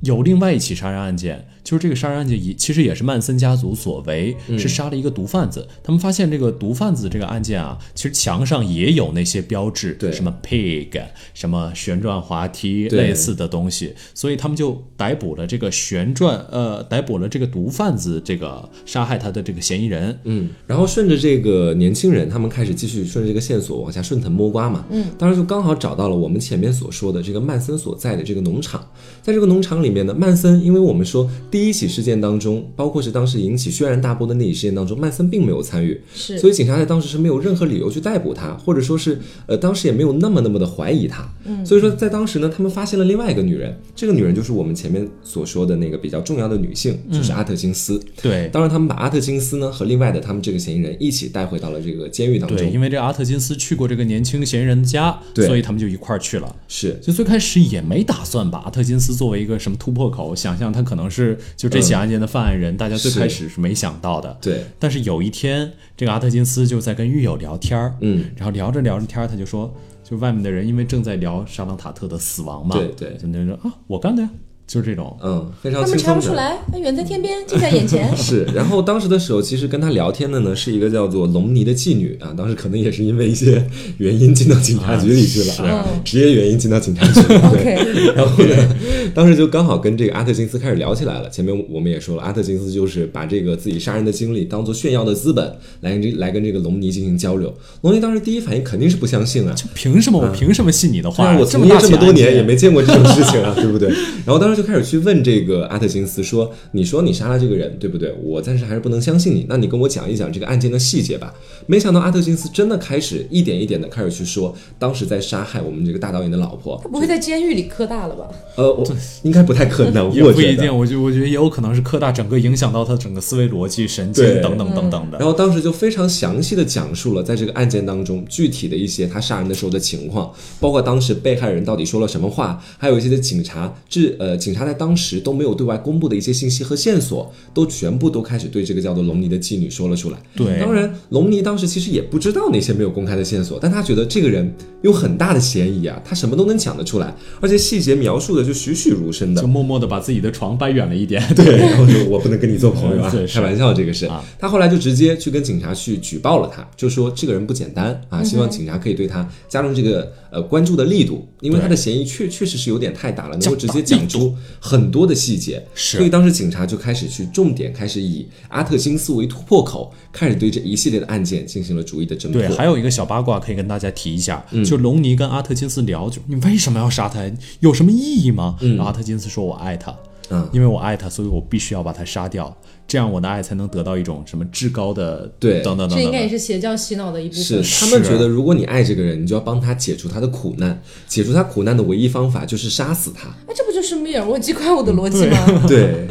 [SPEAKER 1] 有另外一起杀人案件，就是这个杀人案件也其实也是曼森家族所为，
[SPEAKER 2] 嗯
[SPEAKER 1] 是杀了一个毒贩子。他们发现这个毒贩子这个案件啊，其实墙上也有那些标志，
[SPEAKER 2] 对
[SPEAKER 1] 什么 pig，什么旋转滑梯
[SPEAKER 2] 对
[SPEAKER 1] 类似的东西，所以他们就逮捕了这个旋转呃，逮捕了这个毒贩子，这个杀害他的这个嫌疑人。
[SPEAKER 2] 嗯，然后顺着这个年轻人，他们开始继续顺着这个线索往下顺藤摸瓜嘛，嗯，当时就刚好找到了我们前面所说的这个曼森所在的这个农场，在这个农场里面呢，曼森，因为我们说第一起事件当中，包括是当时引起轩然大波的那起事件当中，曼森并没有参与，
[SPEAKER 3] 是
[SPEAKER 2] 所以警察在当时是没有任何理由去逮捕他，或者说是呃，当时也没有那么那么的怀疑他。嗯，所以说在当时呢，他们发现了另外一个女人，这个女人就是我们前面所说的那个比较重要的女性，就是阿特金斯。
[SPEAKER 1] 对
[SPEAKER 2] 当然，他们把阿特金斯呢和另外的他们这个嫌疑人一起带回到了这个监狱当
[SPEAKER 1] 对，
[SPEAKER 2] 中。
[SPEAKER 1] 因为这阿特金斯去过这个年轻嫌疑人的家，
[SPEAKER 2] 对
[SPEAKER 1] 所以他们就一块儿去了。
[SPEAKER 2] 是，
[SPEAKER 1] 就最开始也没打算把阿特金斯作为一个什么突破口，想象他可能是就这起案件的犯案人，大家最
[SPEAKER 2] 嗯是
[SPEAKER 1] 开始是没想到的。
[SPEAKER 2] 对，
[SPEAKER 1] 但是有一天，这个阿特金斯就在跟狱友聊天儿，
[SPEAKER 2] 嗯，
[SPEAKER 1] 然后聊着聊着天儿，他就说，就外面的人因为正在聊沙朗塔特的死亡嘛，
[SPEAKER 2] 对对
[SPEAKER 1] 就那种啊，我干的呀，就是这种，
[SPEAKER 2] 嗯，非常
[SPEAKER 3] 他
[SPEAKER 2] 轻
[SPEAKER 3] 们查
[SPEAKER 2] 松
[SPEAKER 3] 不出
[SPEAKER 2] 的。。
[SPEAKER 3] 来，他远在天边，近在眼 前
[SPEAKER 2] 是，然后当时的时候，其实跟他聊天的呢是一个叫做隆尼的妓女啊，当时可能也是因为一些原因进到警察局里去了啊，职业原因进到警察局了。对
[SPEAKER 3] 嗯 OK，
[SPEAKER 2] 然后呢，当时就刚好跟这个阿特金斯开始聊起来了。前面我们也说了，阿特金斯就是把这个自己杀人的经历当做炫耀的资本，来跟这来跟这个隆尼进行交流。隆尼当时第一反应肯定是不相信啊，
[SPEAKER 1] 就凭什么我凭什么信你的
[SPEAKER 2] 虽
[SPEAKER 1] 话？
[SPEAKER 2] 然我
[SPEAKER 1] 这
[SPEAKER 2] 从
[SPEAKER 1] 么
[SPEAKER 2] 业
[SPEAKER 1] 大
[SPEAKER 2] 这么
[SPEAKER 1] 起
[SPEAKER 2] 多
[SPEAKER 1] 案
[SPEAKER 2] 年
[SPEAKER 1] 件
[SPEAKER 2] 也没见过这种事 情啊，对不对？然后当时就开始去问这个阿特金斯说：“你说你杀了这个人，对不对？我暂时还是不能相信你，那你跟我讲一讲这个案件的细节吧。”没想到阿特金斯真的开始一点一点的开始去说，当时在杀害我们这个大导演的老婆
[SPEAKER 3] 他，不会在监狱里科大了吧？
[SPEAKER 2] 呃，我应该不太可 能，
[SPEAKER 1] 也
[SPEAKER 2] 我
[SPEAKER 1] 不
[SPEAKER 2] 觉
[SPEAKER 1] 一
[SPEAKER 2] 得
[SPEAKER 1] 定，。我觉我觉得也有可能是科大整个影响到他整个思维逻辑、神经
[SPEAKER 2] 对嗯
[SPEAKER 1] 等等等等的。
[SPEAKER 2] 然后当时就非常详细的讲述了在这个案件当中具体的一些他杀人的时候的情况，包括当时被害人到底说了什么话，还有一些的警察至呃警察在当时都没有对外公布的一些信息和线索，都全部都开始对这个叫做隆尼的妓女说了出来。
[SPEAKER 1] 对
[SPEAKER 2] 当然隆尼当时其实也不知道那些没有公开的线索，但他觉得这个人有很大的嫌疑啊，他什么都能讲得出来，而且细节描述的就栩栩如生的
[SPEAKER 1] 就。默默的把自己的床掰远了一点，
[SPEAKER 2] 对，然后就我不能跟你做朋友啊
[SPEAKER 1] 嗯对，是
[SPEAKER 2] 开玩笑，这个是
[SPEAKER 1] 啊。
[SPEAKER 2] 他后来就直接去跟警察去举报了他，就说这个人不简单啊，希望警察可以对他加重这个呃关注的力度，因为他的嫌疑确确实是有点太大了，能够直接讲出很多的细节。
[SPEAKER 1] 是
[SPEAKER 2] 所以当时警察就开始去重点开始以阿特金斯为突破口，开始对这一系列的案件进行了逐一的侦破。
[SPEAKER 1] 对，还有一个小八卦可以跟大家提一下，
[SPEAKER 2] 嗯
[SPEAKER 1] 就龙尼跟阿特金斯聊，就你为什么要杀他？有什么意义吗？然后阿特金斯说：“我爱他。
[SPEAKER 2] 嗯
[SPEAKER 1] 因为我爱他，所以我必须要把他杀掉，这样我的爱才能得到一种什么至高的
[SPEAKER 2] 对
[SPEAKER 1] 等等等
[SPEAKER 3] 这应该也
[SPEAKER 1] 等。
[SPEAKER 3] 是邪教洗脑的一部
[SPEAKER 2] 是
[SPEAKER 3] 分。
[SPEAKER 2] 他们
[SPEAKER 1] 是
[SPEAKER 2] 觉得，如果你爱这个人，你就要帮他解除他的苦难，解除他苦难的唯一方法就是杀 死他。
[SPEAKER 3] 哎，这不就是密尔沃基怪物的逻辑吗？
[SPEAKER 2] 对，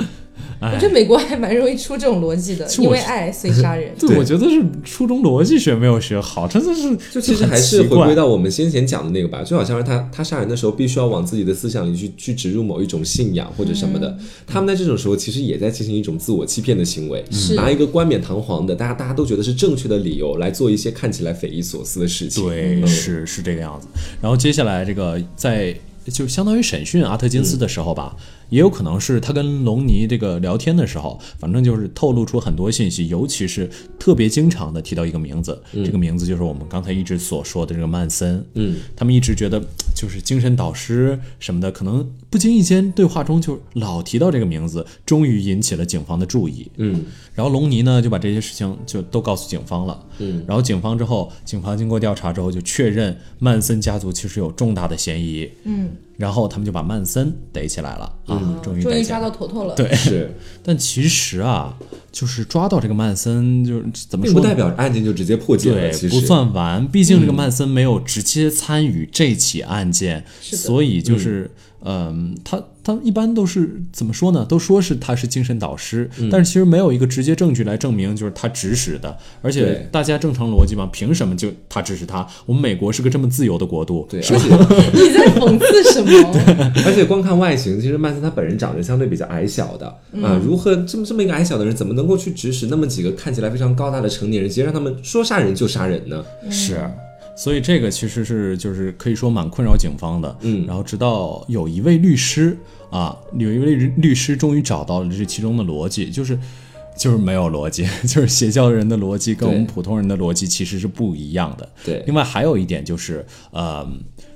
[SPEAKER 3] 我觉得美国还蛮容易出这种逻辑的
[SPEAKER 1] 其，实我。
[SPEAKER 3] 因为爱所以杀人
[SPEAKER 1] 对，
[SPEAKER 2] 对
[SPEAKER 1] 我觉得是初中逻辑学没有学好，真的是
[SPEAKER 2] 就其实还是回归到我们先前讲的那个吧，就好像是他他杀人的时候，必须要往自己的思想里去去植入某一种信仰或者什么的。
[SPEAKER 1] 嗯
[SPEAKER 2] 他们在这种时候，其实也在进行一种自我欺骗的行为，
[SPEAKER 3] 是
[SPEAKER 2] 拿一个冠冕堂皇的，大家大家都觉得是正确的理由来做一些看起来匪夷所思的事情。
[SPEAKER 1] 对，是是这个样子。然后接下来这个在就相当于审讯阿特金斯的时候吧，也有可能是他跟龙尼这个聊天的时候，反正就是透露出很多信息，尤其是特别经常的提到一个名字，这个名字就是我们刚才一直所说的这个曼森。嗯，他们一直觉得就是精神导师什么的，可能不经意间对话中就老提到这个名字，终于引起了警方的注意。
[SPEAKER 2] 嗯，
[SPEAKER 1] 然后龙尼呢就把这些事情就都告诉警方了。嗯，然后警方之后，警方经过调查之后就确认曼森家族其实有重大的嫌疑。嗯，然后他们就把曼森逮起来了
[SPEAKER 2] 嗯
[SPEAKER 1] 啊，终于
[SPEAKER 3] 终
[SPEAKER 1] 逮
[SPEAKER 3] 于
[SPEAKER 1] 起来
[SPEAKER 3] 抓
[SPEAKER 1] 了。
[SPEAKER 3] 到头头了。
[SPEAKER 1] 对，
[SPEAKER 2] 是，
[SPEAKER 1] 但其实啊，就是抓到这个曼森，就是怎么
[SPEAKER 2] 并
[SPEAKER 1] 说
[SPEAKER 2] 不
[SPEAKER 1] 呢？
[SPEAKER 2] 代表案件就直接破解了。
[SPEAKER 1] 对
[SPEAKER 2] 其，实嗯
[SPEAKER 1] 不算完，毕竟这个曼森没有直接参与这起案件，
[SPEAKER 3] 是的
[SPEAKER 1] 所以就是，嗯，他他一般都是怎么说呢？都说是他是精神导师，
[SPEAKER 2] 嗯
[SPEAKER 1] 但是其实没有一个直接证据来证明就是他指使的，而且
[SPEAKER 2] 对
[SPEAKER 1] 大家正常逻辑嘛，凭什么就他指使他？我们美国是个这么自由的国度，
[SPEAKER 2] 对，
[SPEAKER 1] 是
[SPEAKER 2] 而且
[SPEAKER 3] 你在讽刺什 么？
[SPEAKER 2] 而且光看外形，其实曼森他本人长得相对比较矮小的啊、
[SPEAKER 1] 嗯
[SPEAKER 2] 如何这么这么一个矮小的人，怎么能够去指使那么几个看起来非常高大的成年人，直接让他们说杀人就杀人呢？
[SPEAKER 1] 是，所以这个其实是就是可以说蛮困扰警方的。嗯，然后直到有一位律师啊，有一位律律师终于找到了这其中的逻辑，就是。就是没有逻辑， 就是邪教人的逻辑跟我们
[SPEAKER 2] 对
[SPEAKER 1] 普通人的逻辑其实是不一样的。
[SPEAKER 2] 对
[SPEAKER 1] 另外还有一点就是，呃，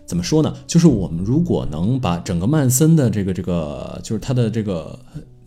[SPEAKER 1] 怎么说呢？就是我们如果能把整个曼森的这个这个，就是他的这个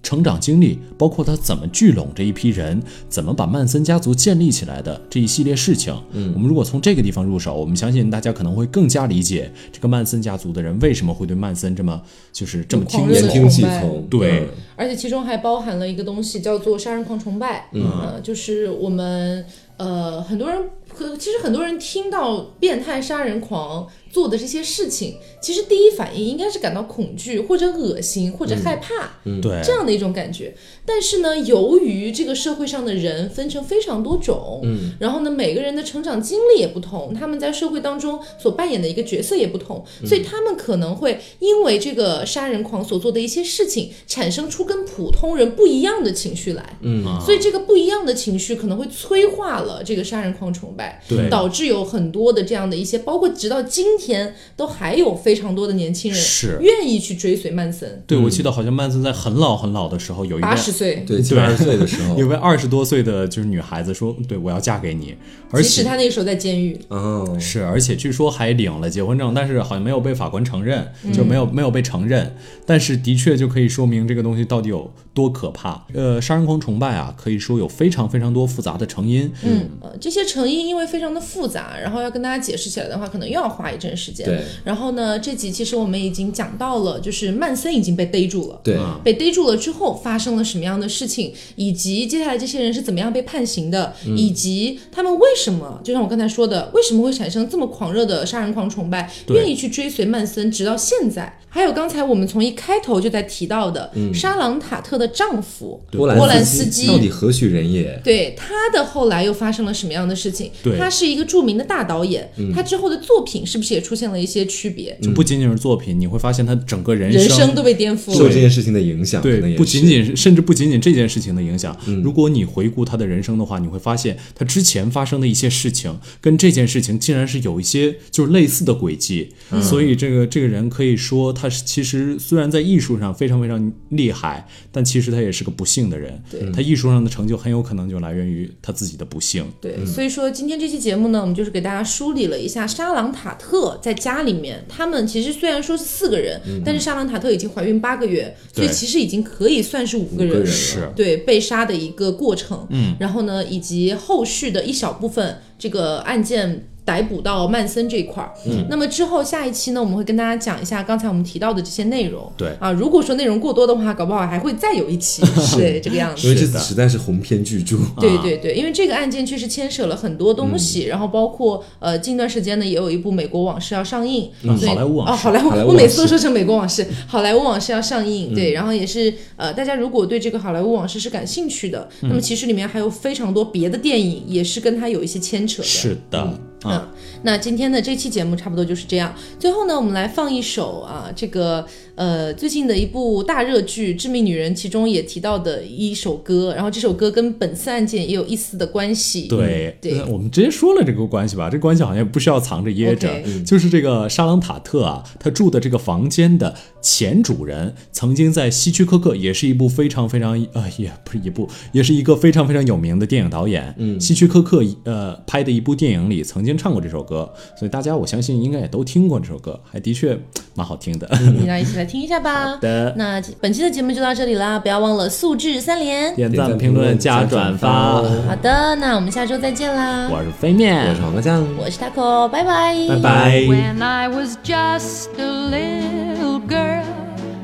[SPEAKER 1] 成长经历，包括他怎么聚拢这一批人，怎么把曼森家族建立起来的这一系列事情，嗯，我们如果从这个地方入手，我们相信大家可能会更加理解这个曼森家族的人为什么会对曼森这么就是这么
[SPEAKER 3] 狂
[SPEAKER 1] 听
[SPEAKER 3] 热
[SPEAKER 2] 言
[SPEAKER 1] 从。
[SPEAKER 2] 听计从，
[SPEAKER 1] 对
[SPEAKER 2] 嗯
[SPEAKER 3] 而且其中还包含了一个东西，叫做杀人狂崇拜。嗯、呃，就是我们呃很多人，可其实很多人听到变态杀人狂做的这些事情，其实第一反应应该是感到恐惧或者恶心或者
[SPEAKER 1] 嗯
[SPEAKER 3] 害怕。
[SPEAKER 1] 对，
[SPEAKER 3] 这样的一种感觉。但是呢，由于这个社会上的人分成非常多种，嗯，然后呢，每个人的成长经历也不同，他们在社会当中所扮演的一个角色也不同，
[SPEAKER 1] 嗯
[SPEAKER 3] 所以他们可能会因为这个杀人狂所做的一些事情，产生出跟普通人不一样的情绪来。
[SPEAKER 2] 嗯
[SPEAKER 1] 啊
[SPEAKER 3] 所以这个不一样的情绪可能会催化了这个杀人狂崇拜，
[SPEAKER 1] 对
[SPEAKER 3] 导致有很多的这样的一些，包括直到今天都还有非常多的年轻人
[SPEAKER 1] 是
[SPEAKER 3] 愿意去追随曼森，
[SPEAKER 1] 对我记得好像曼森在很老很老的时候有一位
[SPEAKER 3] 八十岁，
[SPEAKER 2] 对，七八十岁的时候，
[SPEAKER 1] 有位二十多岁的就是女孩子说，对我要嫁给你，而
[SPEAKER 3] 即使
[SPEAKER 1] 且
[SPEAKER 3] 他那个时候在监狱，
[SPEAKER 2] 哦，
[SPEAKER 1] 是，而且据说还领了结婚证，但是好像没有被法官承认，就没有、
[SPEAKER 3] 嗯
[SPEAKER 1] 没有被承认。但是的确就可以说明这个东西到底有多可怕。呃，杀人狂崇拜啊，可以说有非常非常多复杂的成因。
[SPEAKER 3] 嗯，呃，这些成因因为非常的复杂，然后要跟大家解释起来的话，可能又要花一阵时间。
[SPEAKER 2] 对
[SPEAKER 3] 然后呢，这集其实我们已经讲到了，就是曼森已经被逮住了。
[SPEAKER 2] 对，
[SPEAKER 1] 嗯
[SPEAKER 3] 被逮住了之后发生了什么样的事情，以及接下来这些人是怎么样被判刑的，
[SPEAKER 2] 嗯
[SPEAKER 3] 以及他们为什么，就像我刚才说的，为什么会产生这么狂热的杀人狂崇拜，
[SPEAKER 1] 对
[SPEAKER 3] 愿意去追随曼森直到现在？还有刚才我们从一开头就在提到的沙朗塔特的丈夫
[SPEAKER 2] 嗯波
[SPEAKER 3] 波兰斯
[SPEAKER 2] 基
[SPEAKER 3] 基
[SPEAKER 2] 到底何许人也？
[SPEAKER 3] 对他的后来又发生了什么样的事情
[SPEAKER 1] 对？嗯
[SPEAKER 3] 他是一个著名的大导演，他之后的作品是不是也出现了一些区别？
[SPEAKER 1] 就不仅仅是作品，你会发现他整个人生。
[SPEAKER 3] 人生都被颠覆
[SPEAKER 2] 受这
[SPEAKER 3] 了。
[SPEAKER 2] 件事情的影响，可能
[SPEAKER 1] 对，
[SPEAKER 2] 也
[SPEAKER 1] 不仅
[SPEAKER 2] 是嗯
[SPEAKER 1] 仅是，甚至不仅仅这件事情的影响。如果你回顾他的人生的话，你会发现他之前发生的一些事情跟这件事情竟然是有一些就是类似的轨迹。
[SPEAKER 2] 嗯
[SPEAKER 1] 所以这个这个人可以说他是其实虽然在艺术上非常非常厉害，但其实他也是个不幸的人。
[SPEAKER 3] 对
[SPEAKER 1] 他艺术上的成就很有可能就来源于他自己的不幸。
[SPEAKER 3] 对，所以说今天这期节目呢，我们就是给大家梳理了一下沙朗塔特在家里面，他们其实虽然说是四个人，但是沙朗塔特已经怀孕八个月，所以
[SPEAKER 1] 对
[SPEAKER 3] 其实已经可以算是五
[SPEAKER 2] 五
[SPEAKER 3] 个
[SPEAKER 2] 个
[SPEAKER 3] 人
[SPEAKER 2] 人
[SPEAKER 3] 了。
[SPEAKER 1] 是
[SPEAKER 3] 对被杀的一个过程，嗯，然后呢，以及后续的一小部分这个案件逮捕到曼森这一块儿。嗯，那么之后下一期呢，我们会跟大家讲一下刚才我们提到的这些内容。
[SPEAKER 1] 对
[SPEAKER 3] 啊，如果说内容过多的话，搞不好还会再有一期，对这个样
[SPEAKER 2] 因为
[SPEAKER 3] 子。
[SPEAKER 2] 这次实在是鸿篇巨著。
[SPEAKER 1] 啊
[SPEAKER 3] 对对对，因为这个案件确实牵扯了很多东西，
[SPEAKER 1] 嗯
[SPEAKER 3] 然后包括呃，近段时间呢也有一部《美国往事》要上映，
[SPEAKER 1] 嗯
[SPEAKER 3] 所以
[SPEAKER 1] 好莱坞往事嗯
[SPEAKER 3] 哦，好莱坞，
[SPEAKER 2] 好莱坞
[SPEAKER 3] 我每次
[SPEAKER 2] 往
[SPEAKER 3] 都说成《美国往事》， 好莱坞往事要上映，对，然后也是呃，大家如果对这个好莱坞往事是感兴趣的，
[SPEAKER 1] 嗯
[SPEAKER 3] 那么其实里面还有非常多别的电影也是跟它有一些牵扯的，
[SPEAKER 1] 是的，啊，
[SPEAKER 3] 那今天的这期节目差不多就是这样。最后呢，我们来放一首啊，这个呃最近的一部大热剧《致命女人》，其中也提到的一首歌，然后这首歌跟本次案件也有一丝的关系。
[SPEAKER 1] 对，
[SPEAKER 3] 对
[SPEAKER 1] 那我们直接说了这个关系吧，这关系好像也不需要藏着掖着
[SPEAKER 3] OK
[SPEAKER 1] 就是这个沙朗塔特啊，他住的这个房间的前主人曾经在希区柯克，也是一部非常非常呃，也不是一部，也是一个非常非常有名的电影导演，嗯，希区柯克呃拍的一部电影里曾经唱过这首歌，所以大家我相信应该也都听过这首歌，还的确蛮好听的。
[SPEAKER 3] 你来一起来听一下吧。
[SPEAKER 1] 的
[SPEAKER 3] 嗯那本期的节目就到这里啦，不要忘了素质三连。
[SPEAKER 1] 点
[SPEAKER 2] 点
[SPEAKER 1] 赞、
[SPEAKER 2] 赞
[SPEAKER 1] 评论、
[SPEAKER 2] 评论
[SPEAKER 1] 加
[SPEAKER 2] 加
[SPEAKER 1] 转
[SPEAKER 2] 转
[SPEAKER 1] 发，
[SPEAKER 2] 发
[SPEAKER 3] 好的，那我们下周再见啦。
[SPEAKER 1] 我是飞面
[SPEAKER 2] 我，是黄瓜酱，
[SPEAKER 3] 我是 taco，拜拜。
[SPEAKER 1] 拜拜。
[SPEAKER 4] When I was just a little girl,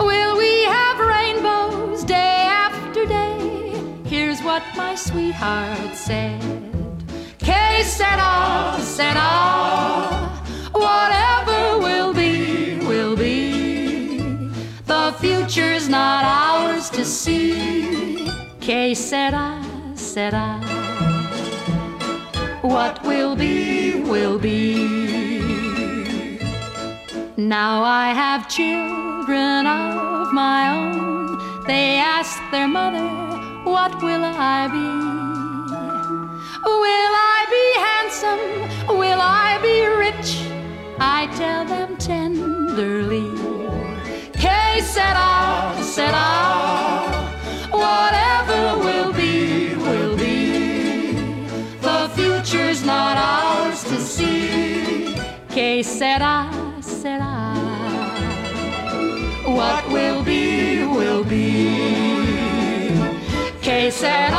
[SPEAKER 4] Will we have rainbows day after day? Here's what my sweetheart said. Que sera, sera. Whatever will be, will be. The future's not ours to see. Que sera, sera. What will be, will be. Now I have children of my own. They ask their mother, What will I be? Will I be handsome? Will I be rich? I tell them tenderly. Que sera, sera. Whatever will be, will be. The future's not ours to see. Que sera, sera. What will be, will be. Que sera,